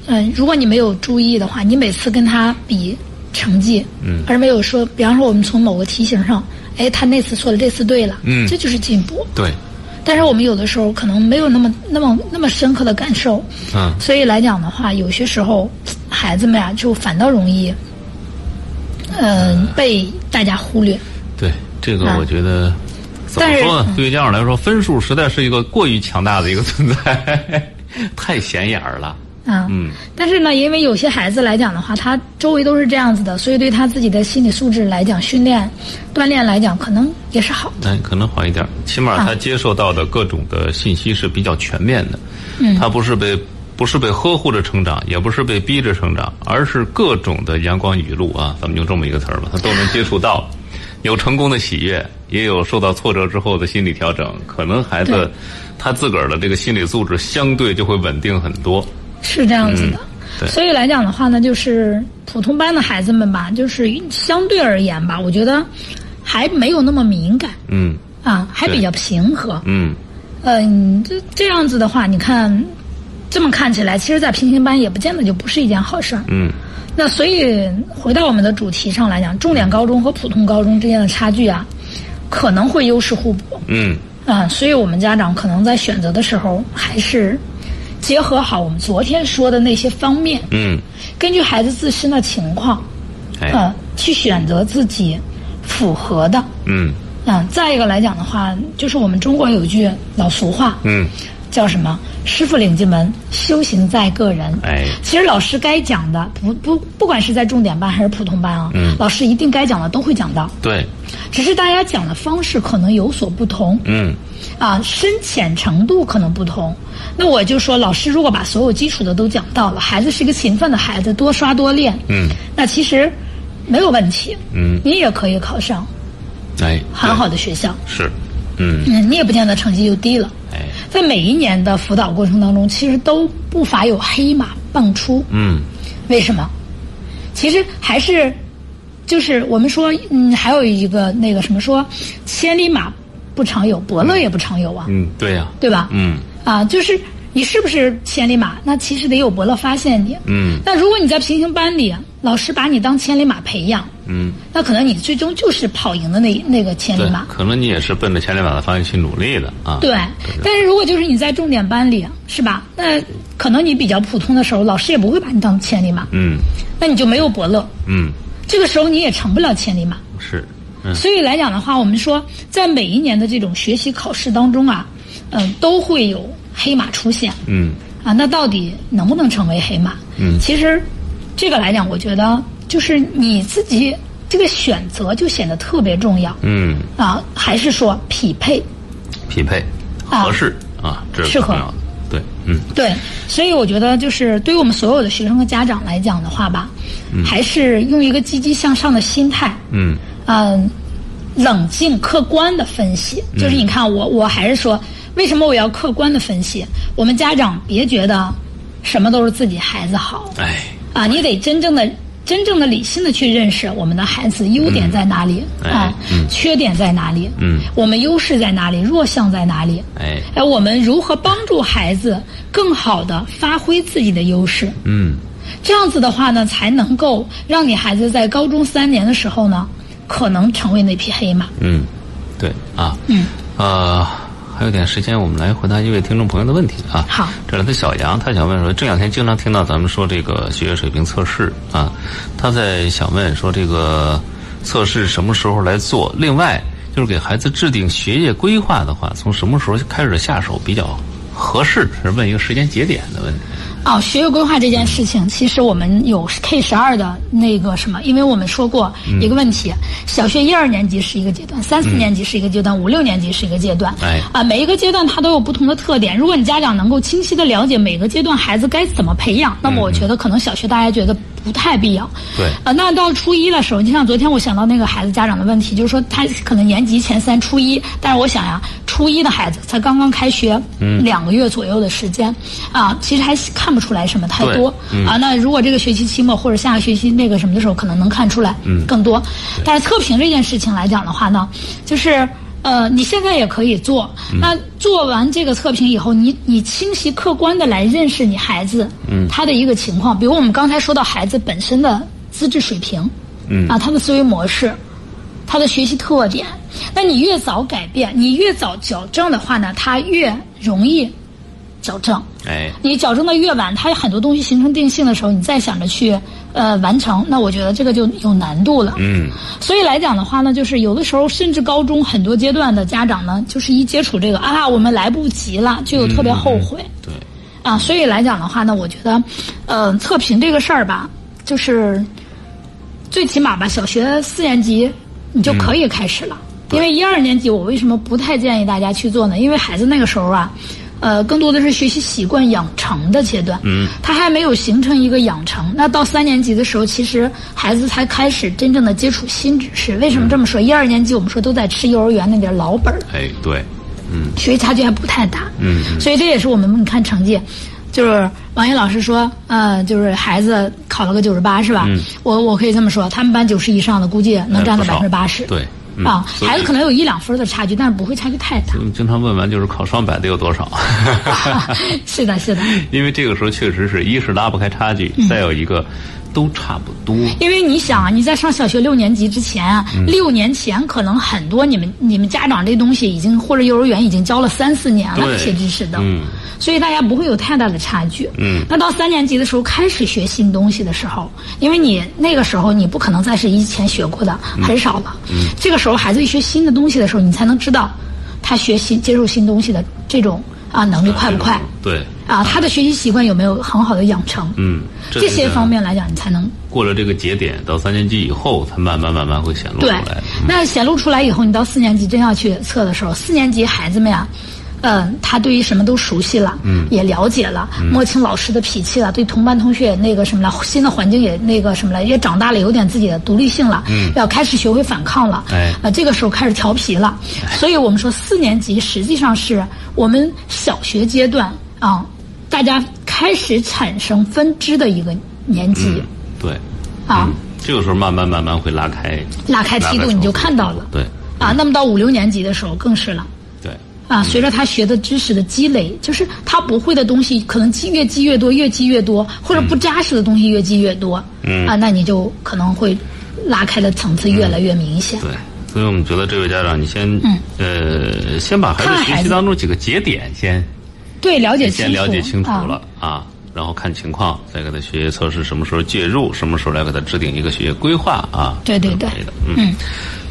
[SPEAKER 2] 嗯、如果你没有注意的话，你每次跟他比成绩，嗯，而没有说，比方说我们从某个题型上，哎，他那次错了，这次对了，
[SPEAKER 1] 嗯
[SPEAKER 2] 这就是进步。
[SPEAKER 1] 对，
[SPEAKER 2] 但是我们有的时候可能没有那么那么那么深刻的感受，
[SPEAKER 1] 嗯
[SPEAKER 2] 所以来讲的话，有些时候孩子们呀、就反倒容易，嗯、被大家忽略。
[SPEAKER 1] 对，这个
[SPEAKER 2] 啊
[SPEAKER 1] 我觉得。怎么
[SPEAKER 2] 但是嗯
[SPEAKER 1] 说呢？对于家长来说，分数实在是一个过于强大的一个存在， 太显眼儿了。
[SPEAKER 2] 啊，
[SPEAKER 1] 嗯，
[SPEAKER 2] 但是呢，因为有些孩子来讲的话，他周围都是这样子的，所以对他自己的心理素质来讲，训练、锻炼来讲，可能也是好的。
[SPEAKER 1] 那可能好一点儿，起码
[SPEAKER 2] 啊
[SPEAKER 1] 他接受到的各种的信息是比较全面的。
[SPEAKER 2] 嗯
[SPEAKER 1] 他不是被不是被呵护着成长，也不是被逼着成长，而是各种的阳光雨露啊，咱们用这么一个词儿吧，他都能接触 到。有成功的喜悦，也有受到挫折之后的心理调整。可能孩子
[SPEAKER 2] 对
[SPEAKER 1] 他自个儿的这个心理素质相对就会稳定很多。
[SPEAKER 2] 是这样子
[SPEAKER 1] 嗯
[SPEAKER 2] 的。
[SPEAKER 1] 对
[SPEAKER 2] 所以来讲的话呢，就是普通班的孩子们吧，就是嗯相对而言吧，我觉得还没有那么敏感
[SPEAKER 1] 嗯
[SPEAKER 2] 啊，还
[SPEAKER 1] 对
[SPEAKER 2] 比较平和。
[SPEAKER 1] 嗯，
[SPEAKER 2] 嗯，这这样子的话，你看这么看起来，其实，在平行班也不见得就不是一件好事儿。
[SPEAKER 1] 嗯，
[SPEAKER 2] 那所以回到我们的主题上来讲，重点高中和普通高中之间的差距啊，可能会优势互补
[SPEAKER 1] 嗯，
[SPEAKER 2] 啊。所以我们家长可能在选择的时候，还是结合好我们昨天说的那些方面，
[SPEAKER 1] 嗯，
[SPEAKER 2] 根据孩子自身的情况，
[SPEAKER 1] 哎，
[SPEAKER 2] 呃，去选择自己符合的。啊
[SPEAKER 1] 嗯
[SPEAKER 2] 嗯，再一个来讲的话，就是我们中国有一句老俗话，
[SPEAKER 1] 嗯，
[SPEAKER 2] 叫什么？师傅领进门，修行在个人。
[SPEAKER 1] 哎
[SPEAKER 2] 其实老师该讲的，不不，不管是在重点班还是普通班啊，
[SPEAKER 1] 嗯
[SPEAKER 2] 老师一定该讲的都会讲到，
[SPEAKER 1] 对，
[SPEAKER 2] 只是大家讲的方式可能有所不同。
[SPEAKER 1] 嗯，
[SPEAKER 2] 啊，深浅程度可能不同。那我就说，老师如果把所有基础的都讲到了，孩子是一个勤奋的孩子，多刷多练，
[SPEAKER 1] 嗯，
[SPEAKER 2] 那其实没有问题，
[SPEAKER 1] 嗯，
[SPEAKER 2] 你也可以考上
[SPEAKER 1] 哎，
[SPEAKER 2] 很好
[SPEAKER 1] 对，
[SPEAKER 2] 的学校，
[SPEAKER 1] 是，嗯，
[SPEAKER 2] 嗯，你也不见得成绩就低了。
[SPEAKER 1] 哎，
[SPEAKER 2] 在每一年的辅导过程当中，其实都不乏有黑马蹦出，
[SPEAKER 1] 嗯，
[SPEAKER 2] 为什么？其实还是，就是我们说，嗯，还有一个那个什么说，千里马不常有，伯乐也不常有啊，
[SPEAKER 1] 嗯，对呀、
[SPEAKER 2] 对吧？
[SPEAKER 1] 嗯，
[SPEAKER 2] 啊，就是你是不是千里马？那其实得有伯乐发现你。
[SPEAKER 1] 嗯，
[SPEAKER 2] 那如果你在平行班里，老师把你当千里马培养，
[SPEAKER 1] 嗯，
[SPEAKER 2] 那可能你最终就是跑赢的那那个千里
[SPEAKER 1] 对
[SPEAKER 2] 马，。
[SPEAKER 1] 可能你也是奔着千里马的方向去努力的啊。
[SPEAKER 2] 哎对，
[SPEAKER 1] 对
[SPEAKER 2] 但是如果就是你在重点班里，是吧？那可能你比较普通的时候，老师也不会把你当千里马，
[SPEAKER 1] 嗯
[SPEAKER 2] 那你就没有伯乐，
[SPEAKER 1] 嗯，
[SPEAKER 2] 这个时候你也成不了千里马。
[SPEAKER 1] 是，嗯
[SPEAKER 2] 所以来讲的话，我们说在每一年的这种学习考试当中啊，嗯、都会有黑马出现。
[SPEAKER 1] 嗯
[SPEAKER 2] 啊，那到底能不能成为黑马？
[SPEAKER 1] 嗯
[SPEAKER 2] 其实这个来讲，我觉得就是你自己这个选择就显得特别重要
[SPEAKER 1] 嗯，
[SPEAKER 2] 啊，还是说匹配？
[SPEAKER 1] 匹配
[SPEAKER 2] 啊
[SPEAKER 1] 合适啊，这是
[SPEAKER 2] 适合
[SPEAKER 1] 重要的。对，嗯
[SPEAKER 2] 对，所以我觉得就是对于我们所有的学生和家长来讲的话吧，还是用一个积极向上的心态，
[SPEAKER 1] 嗯
[SPEAKER 2] 嗯，冷静客观的分析，
[SPEAKER 1] 嗯
[SPEAKER 2] 就是你看我，我还是说，为什么我要客观的分析？我们家长别觉得什么都是自己孩子好，
[SPEAKER 1] 哎
[SPEAKER 2] 啊，你得真正的、真正的、理性的去认识我们的孩子优点在哪里，
[SPEAKER 1] 哎
[SPEAKER 2] 啊，缺点在哪里，
[SPEAKER 1] 嗯
[SPEAKER 2] 我们优势在哪里，弱项在哪里，
[SPEAKER 1] 哎，
[SPEAKER 2] 哎，我们如何帮助孩子更好的发挥自己的优势？
[SPEAKER 1] 嗯
[SPEAKER 2] 这样子的话呢，才能够让你孩子在高中三年的时候呢，可能成为那匹黑马。
[SPEAKER 1] 嗯，对啊，
[SPEAKER 2] 嗯，
[SPEAKER 1] 呃，还有点时间，我们来回答一位听众朋友的问题啊。
[SPEAKER 2] 好
[SPEAKER 1] 这两天小杨他想问说，这两天经常听到咱们说这个学业水平测试啊，他在想问说这个测试什么时候来做？另外就是给孩子制定学业规划的话，从什么时候开始下手比较合适？是问一个时间节点的问题。
[SPEAKER 2] 哦，学业规划这件事情，其实我们有 K 十二的那个什么，因为我们说过一个问题，小学一二年级是一个阶段，三四年级是一个阶段，五六年级是一个阶段。
[SPEAKER 1] 哎
[SPEAKER 2] 啊，每一个阶段它都有不同的特点。如果你家长能够清晰的了解每个阶段孩子该怎么培养，那么我觉得可能小学大家觉得不太必要。
[SPEAKER 1] 对
[SPEAKER 2] 啊，那到初一的时候，就像昨天我想到那个孩子家长的问题，就是说他可能年级前三初一，但是我想呀、初一的孩子才刚刚开学，两个月左右的时间，啊，其实还看不出来什么太多、啊。那如果这个学期期末或者下个学期那个什么的时候，可能能看出来更多。但是测评这件事情来讲的话呢，就是。呃，你现在也可以做。那做完这个测评以后，你你清晰客观的来认识你孩子，嗯，他的一个情况，比如我们刚才说到孩子本身的资质水平，
[SPEAKER 1] 嗯
[SPEAKER 2] 啊，他的思维模式，他的学习特点。那你越早改变，你越早矫正的话呢，他越容易矫正。
[SPEAKER 1] 哎，
[SPEAKER 2] 你矫正的越晚，它有很多东西形成定性的时候，你再想着去呃完成，那我觉得这个就有难度了。
[SPEAKER 1] 嗯
[SPEAKER 2] 所以来讲的话呢，就是有的时候甚至高中很多阶段的家长呢，就是一接触这个啊，我们来不及了，就有特别后悔、
[SPEAKER 1] 嗯对，
[SPEAKER 2] 啊。所以来讲的话呢，我觉得，呃，测评这个事儿吧，就是最起码吧，小学四年级你就可以开始了。因为一二年级，我为什么不太建议大家去做呢？因为孩子那个时候啊，呃，更多的是学习习惯养成的阶段，嗯，他还没有形成一个养成。那到三年级的时候，其实孩子才开始真正的接触新知识。为什么这么说？一二年级我们说都在吃幼儿园那点老本儿，
[SPEAKER 1] 哎，对，嗯
[SPEAKER 2] 学习差距还不太大，
[SPEAKER 1] 嗯
[SPEAKER 2] 所以这也是我们你看成绩，就是王岩老师说，呃，就是孩子考了个九十八是吧？我我可以这么说，他们班九十以上的估计能占到
[SPEAKER 1] 哎嗯不
[SPEAKER 2] 百
[SPEAKER 1] 少
[SPEAKER 2] 分之八十，
[SPEAKER 1] 对嗯
[SPEAKER 2] 啊，
[SPEAKER 1] 所以
[SPEAKER 2] 孩子可能有一两分的差距，但是不会差距太大。
[SPEAKER 1] 我们经常问完就是考双百的有 多少？ 嗯
[SPEAKER 2] 是的，是的，
[SPEAKER 1] 因为这个时候确实是一是拉不开差距，
[SPEAKER 2] 嗯
[SPEAKER 1] 再有一个都差不多。
[SPEAKER 2] 因为你想啊，你在上小学六年级之前啊，
[SPEAKER 1] 嗯
[SPEAKER 2] 六年前可能很多你们你们家长这东西已经或者幼儿园已经教了三四年了
[SPEAKER 1] 对
[SPEAKER 2] 这些知识的，
[SPEAKER 1] 嗯
[SPEAKER 2] 所以大家不会有太大的差距。
[SPEAKER 1] 嗯
[SPEAKER 2] 那到三年级的时候开始学新东西的时候，因为你那个时候你不可能再是以前学过的，很少了。嗯，这个时候孩子学新的东西的时候，你才能知道他学新接受新东西的这种啊能力快不快，
[SPEAKER 1] 对，
[SPEAKER 2] 啊他的学习习惯有没有很好的养成，
[SPEAKER 1] 嗯，
[SPEAKER 2] 这些
[SPEAKER 1] 个
[SPEAKER 2] 方面来讲，你才能
[SPEAKER 1] 过了这个节点，到三年级以后，才慢慢慢慢会显露出
[SPEAKER 2] 对
[SPEAKER 1] 来。。
[SPEAKER 2] 那显露出来以后，你到四年级真要去测的时候，四年级孩子们呀、嗯、他对于什么都熟悉了，嗯，也了解了，摸清老师的脾气了，对同班同学也那个什么了，新的环境也那个什么了，也长大了，有点自己的独立性了，嗯，要开始学会反抗了，
[SPEAKER 1] 哎
[SPEAKER 2] 啊，这个时候开始调皮了，所以我们说四年级实际上是我们小学阶段啊，大家开始产生分支的一个年级，
[SPEAKER 1] 嗯，对，
[SPEAKER 2] 啊
[SPEAKER 1] 嗯，这个时候慢慢慢慢会拉开，
[SPEAKER 2] 拉开梯度你就看到了，
[SPEAKER 1] 对，
[SPEAKER 2] 啊，那么到五六年级的时候更是了。
[SPEAKER 1] 对，
[SPEAKER 2] 啊，随着他学的知识的积累，就是他不会的东西，可能积越积越多，越积越多，或者不扎实的东西越积越多，
[SPEAKER 1] 嗯
[SPEAKER 2] 啊，那你就可能会拉开的层次越来越明显。
[SPEAKER 1] 对。所以我们觉得这位家长，你先，呃，先把孩
[SPEAKER 2] 嗯看
[SPEAKER 1] 子
[SPEAKER 2] 孩
[SPEAKER 1] 学习
[SPEAKER 2] 子
[SPEAKER 1] 当中几个节点先
[SPEAKER 2] 对，了解
[SPEAKER 1] 先
[SPEAKER 2] 清楚，
[SPEAKER 1] 了解清楚
[SPEAKER 2] 啊
[SPEAKER 1] 了啊然后看情况，再给他学业测试什么时候介入，什么时候来给他制定一个学业规划啊。
[SPEAKER 2] 对对对
[SPEAKER 1] 这个可以的，嗯。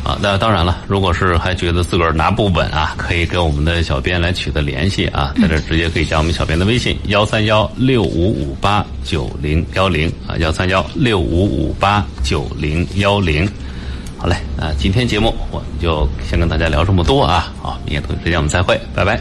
[SPEAKER 1] 啊，那当然了，如果是还觉得自个儿拿不稳啊，可以跟我们的小编来取得联系啊，在这
[SPEAKER 2] 嗯
[SPEAKER 1] 儿直接可以加我们小编的微信幺三幺六五五八九零幺零啊，幺三幺六五五八九零幺零。好嘞，那今天节目我们就先跟大家聊这么多啊，好，明天同一时间我们再会，拜拜。